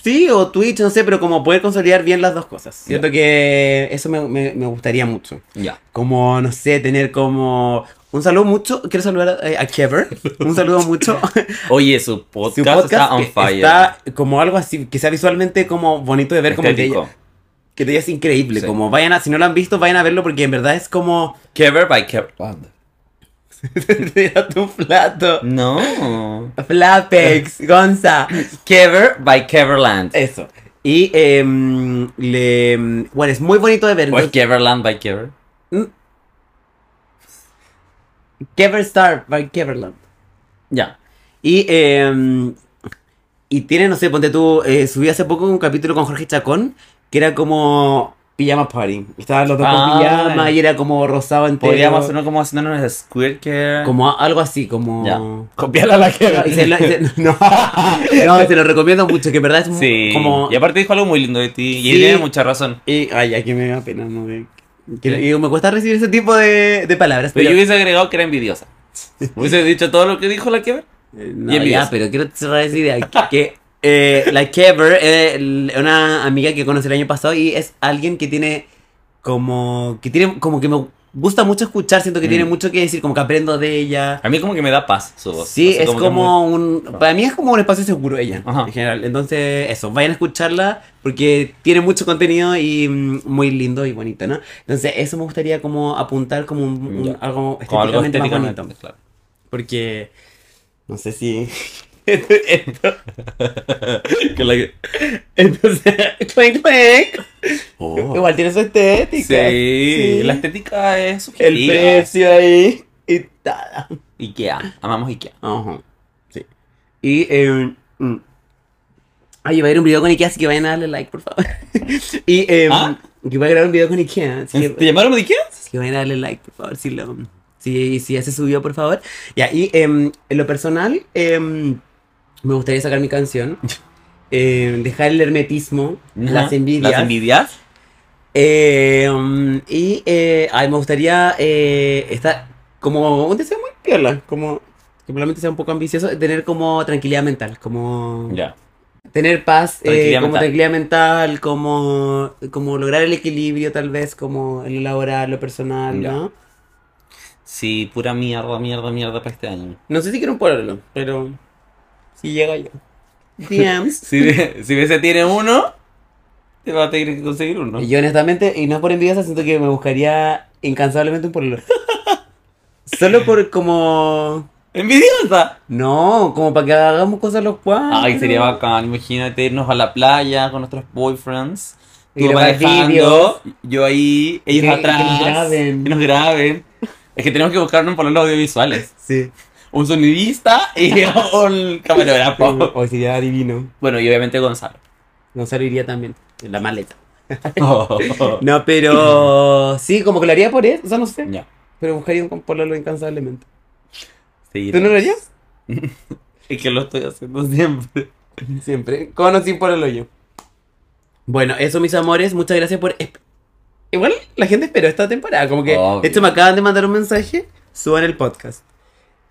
Speaker 1: Sí, o Twitch, no sé, pero como poder consolidar bien las dos cosas. Siento que eso me- me- me gustaría mucho.
Speaker 2: Ya.
Speaker 1: como, no sé, tener como... Un saludo mucho, quiero saludar a, eh, a Kever, un saludo mucho.
Speaker 2: Oye, su podcast,
Speaker 1: Su podcast
Speaker 2: está on
Speaker 1: que
Speaker 2: fire.
Speaker 1: está como algo así, que sea visualmente como bonito de ver, como que
Speaker 2: Estético.
Speaker 1: ella, que ella es increíble,
Speaker 2: Sí.
Speaker 1: como vayan a, si no lo han visto, vayan a verlo porque en verdad es como...
Speaker 2: Cover by Cover.
Speaker 1: Mira tu plato.
Speaker 2: No.
Speaker 1: Flapex, Gonza.
Speaker 2: Cover by Coverland.
Speaker 1: Eso. Y em, le, bueno, es muy bonito de ver.
Speaker 2: O es Coverland by Cover.
Speaker 1: Kever Star by Keverland.
Speaker 2: Ya.
Speaker 1: Y, eh, y tiene, no sé, ponte tú, eh, subí hace poco un capítulo con Jorge Chacón, que era como pijama party. Estaban los dos con
Speaker 2: Ah.
Speaker 1: pijama y era como rosado entero.
Speaker 2: Podríamos hacer uno como haciéndonos de Squid que.
Speaker 1: Como a- algo así, como...
Speaker 2: Ya. Copiarla a la
Speaker 1: Y se lo- y se- no, no, se lo recomiendo mucho, que en verdad es mu-
Speaker 2: Sí.
Speaker 1: como...
Speaker 2: Y aparte dijo algo muy lindo de ti. Y
Speaker 1: Sí.
Speaker 2: tiene mucha razón.
Speaker 1: Y, ay, aquí me da pena, no me... que- y me cuesta recibir ese tipo de, de palabras,
Speaker 2: Pero
Speaker 1: pero...
Speaker 2: yo hubiese agregado que era envidiosa. Hubiese dicho todo lo que dijo la que
Speaker 1: Eh, no,
Speaker 2: Y
Speaker 1: ya,
Speaker 2: envidiosa.
Speaker 1: pero quiero cerrar esa idea. que- Que eh, la Kever es una amiga que conocí el año pasado y es alguien que tiene como que tiene como que me gusta mucho escuchar, siento que
Speaker 2: Mm.
Speaker 1: tiene mucho que decir, como que aprendo de ella.
Speaker 2: A mí como que me da paz su voz.
Speaker 1: Sí,
Speaker 2: Así
Speaker 1: es
Speaker 2: que
Speaker 1: como un para mí es como un espacio seguro ella
Speaker 2: Ajá.
Speaker 1: en general. Entonces, eso, vayan a escucharla porque tiene mucho contenido y mm, muy lindo y bonito, ¿no? Entonces, eso me gustaría como apuntar como un, un-
Speaker 2: Ya.
Speaker 1: algo
Speaker 2: muy- como algo
Speaker 1: estéticamente más bonito.
Speaker 2: estéticamente, claro.
Speaker 1: Porque no sé si
Speaker 2: Que la que-
Speaker 1: Entonces, clink, clink. Igual tiene su
Speaker 2: Sí,
Speaker 1: estética.
Speaker 2: Oh. la estética es
Speaker 1: El
Speaker 2: subjetiva.
Speaker 1: precio ahí. Y tal.
Speaker 2: Ikea, amamos Ikea.
Speaker 1: Ajá. Sí. Y, eh. mm. Ay, yo voy a ir un video con Ikea, así que vayan a darle like, por favor. y, eh.
Speaker 2: ¿Ah? Este
Speaker 1: Que voy a grabar un video con Ikea, así
Speaker 2: ¿Te
Speaker 1: que,
Speaker 2: llamaron de Ikea?
Speaker 1: así que vayan a darle like, por favor, si lo, Si, si ya se subió, por favor. Ya, y em, en lo personal, em, me gustaría sacar mi canción. em, dejar el hermetismo, las envidias.
Speaker 2: ¿Las envidias?
Speaker 1: Eh, um, y eh, ay, me gustaría eh, estar como un deseo muy piola, como que probablemente sea un poco ambicioso, tener como tranquilidad mental, como
Speaker 2: Ya.
Speaker 1: tener paz, eh,
Speaker 2: Tranquilidad
Speaker 1: como
Speaker 2: mental.
Speaker 1: tranquilidad mental, como, como lograr el equilibrio tal vez, como en lo laboral, lo personal,
Speaker 2: Ya.
Speaker 1: ¿no?
Speaker 2: Sí, pura mierda, mierda, mierda para este año.
Speaker 1: No sé si quiero un pololo, pero si llega yo. DMs.
Speaker 2: Si, ve- si ese tiene uno, te va a tener que conseguir uno.
Speaker 1: Y yo honestamente, y no es por envidiosa, siento que me buscaría incansablemente un pololo. Solo por como...
Speaker 2: ¡Envidiosa!
Speaker 1: No, como para que hagamos cosas los cuatro.
Speaker 2: Ay, sería bacán. Imagínate irnos a la playa con nuestros boyfriends.
Speaker 1: Y
Speaker 2: Tú
Speaker 1: grabar
Speaker 2: manejando, yo ahí, ellos
Speaker 1: Que- que
Speaker 2: atrás.
Speaker 1: nos graben.
Speaker 2: que nos graben. Es que tenemos que buscarnos por los audiovisuales.
Speaker 1: Sí.
Speaker 2: Un sonidista y un camarógrafo.
Speaker 1: O sería divino.
Speaker 2: Bueno, y obviamente Gonzalo.
Speaker 1: Gonzalo iría también. En la maleta. No, pero. Sí, como que lo haría por eso. O sea, no sé.
Speaker 2: Ya.
Speaker 1: Pero buscaría un pololo incansablemente.
Speaker 2: Sí,
Speaker 1: ¿Tú no lo harías?
Speaker 2: Es que lo estoy haciendo siempre.
Speaker 1: Siempre. Con o sin pololo yo. Bueno, eso, mis amores. Muchas gracias por. esp- Igual la gente esperó esta temporada. Como que.
Speaker 2: Obvio.
Speaker 1: De hecho, me acaban de mandar un mensaje. Suban el podcast.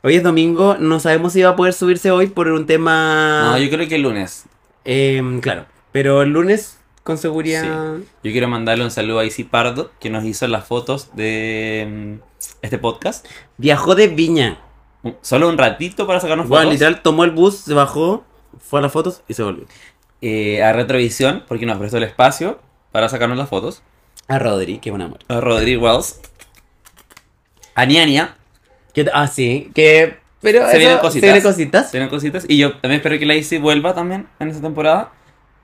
Speaker 1: Hoy es domingo. No sabemos si va a poder subirse hoy por un tema.
Speaker 2: No, yo creo que el lunes.
Speaker 1: Em, claro, pero el lunes con seguridad.
Speaker 2: Yo quiero mandarle un saludo a Isi Pardo, que nos hizo las fotos de mm, este podcast.
Speaker 1: Viajó de Viña.
Speaker 2: Un- Solo un ratito para sacarnos
Speaker 1: Bueno,
Speaker 2: fotos.
Speaker 1: literal, tomó el bus, se bajó, fue a las fotos y se volvió.
Speaker 2: eh, a Retrovisión, porque nos prestó el espacio para sacarnos las fotos.
Speaker 1: A Rodri, qué buen amor.
Speaker 2: A Rodrigo Wells. A Niania.
Speaker 1: Que- ah, sí, que. Pero
Speaker 2: Se vienen
Speaker 1: eso-
Speaker 2: cositas.
Speaker 1: Se vienen cositas.
Speaker 2: Tienen cositas. Y yo también espero que la Isi vuelva también en esta temporada.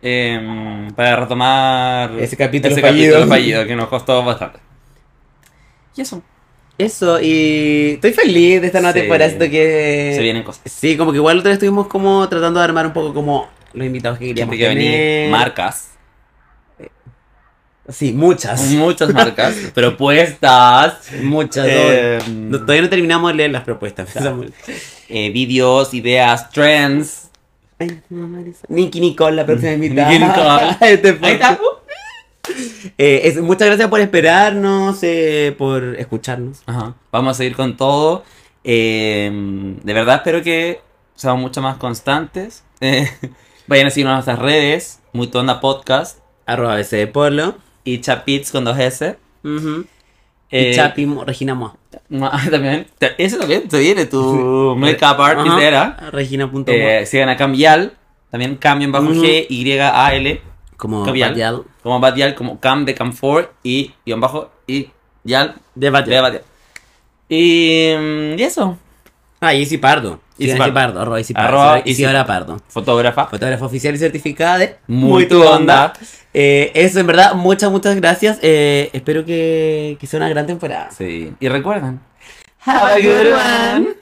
Speaker 2: em, para retomar
Speaker 1: Ese capítulo
Speaker 2: ese
Speaker 1: fallido.
Speaker 2: capítulo fallido que nos costó bastante. Y eso.
Speaker 1: Eso, y estoy feliz de esta nueva
Speaker 2: Sí.
Speaker 1: temporada. Siento que.
Speaker 2: se vienen cosas.
Speaker 1: Sí, como que igual otra vez estuvimos como tratando de armar un poco como los invitados que queríamos.
Speaker 2: Gente que venir.
Speaker 1: tener.
Speaker 2: Marcas.
Speaker 1: Sí, muchas.
Speaker 2: Muchas marcas. propuestas.
Speaker 1: Muchas.
Speaker 2: eh,
Speaker 1: no, todavía no terminamos de leer las propuestas. Samuel.
Speaker 2: eh, Vídeos, ideas, trends.
Speaker 1: Ay, mamá, Lisa. Nicki Nicole, la próxima invitada.
Speaker 2: Nicki Nicole.
Speaker 1: Este
Speaker 2: Ahí está. uh. pues.
Speaker 1: podcast. Eh, es- muchas gracias por esperarnos, eh, por escucharnos.
Speaker 2: Ajá. Vamos a seguir con todo. Eh, de verdad espero que seamos mucho más constantes. Eh, vayan a seguirnos a nuestras redes. Muy Tonda Podcast.
Speaker 1: Arroba BC de Polo.
Speaker 2: Y Chapits con dos S.
Speaker 1: Ujú.
Speaker 2: Eh,
Speaker 1: y Chapi, Mo- Regina Moa.
Speaker 2: ma- también. te- Ese también te viene tu makeup artist
Speaker 1: Ajá,
Speaker 2: era.
Speaker 1: Regina.moa.
Speaker 2: Eh, sigan a Cambial. También Cambian bajo
Speaker 1: Ujú.
Speaker 2: G, Y, A, L.
Speaker 1: como
Speaker 2: Cavial.
Speaker 1: Batial.
Speaker 2: Como Bad Yal, como Cam de Cam 4 y guión bajo y Yal
Speaker 1: De Batial.
Speaker 2: de Bad Yal. Y, mm, y eso.
Speaker 1: Ah, y Izzy Pardo.
Speaker 2: Izzy
Speaker 1: Sí, Izzy
Speaker 2: Pardo.
Speaker 1: Pardo. Arroba Izzy Pardo.
Speaker 2: Arroba
Speaker 1: Izzy Hora Pardo.
Speaker 2: Fotógrafa.
Speaker 1: Fotógrafa oficial y certificada de
Speaker 2: Muy tu onda.
Speaker 1: Eh, eso, en verdad, muchas, muchas gracias. Eh, espero que, que sea una gran temporada.
Speaker 2: Sí. Y recuerden.
Speaker 1: Have a good one.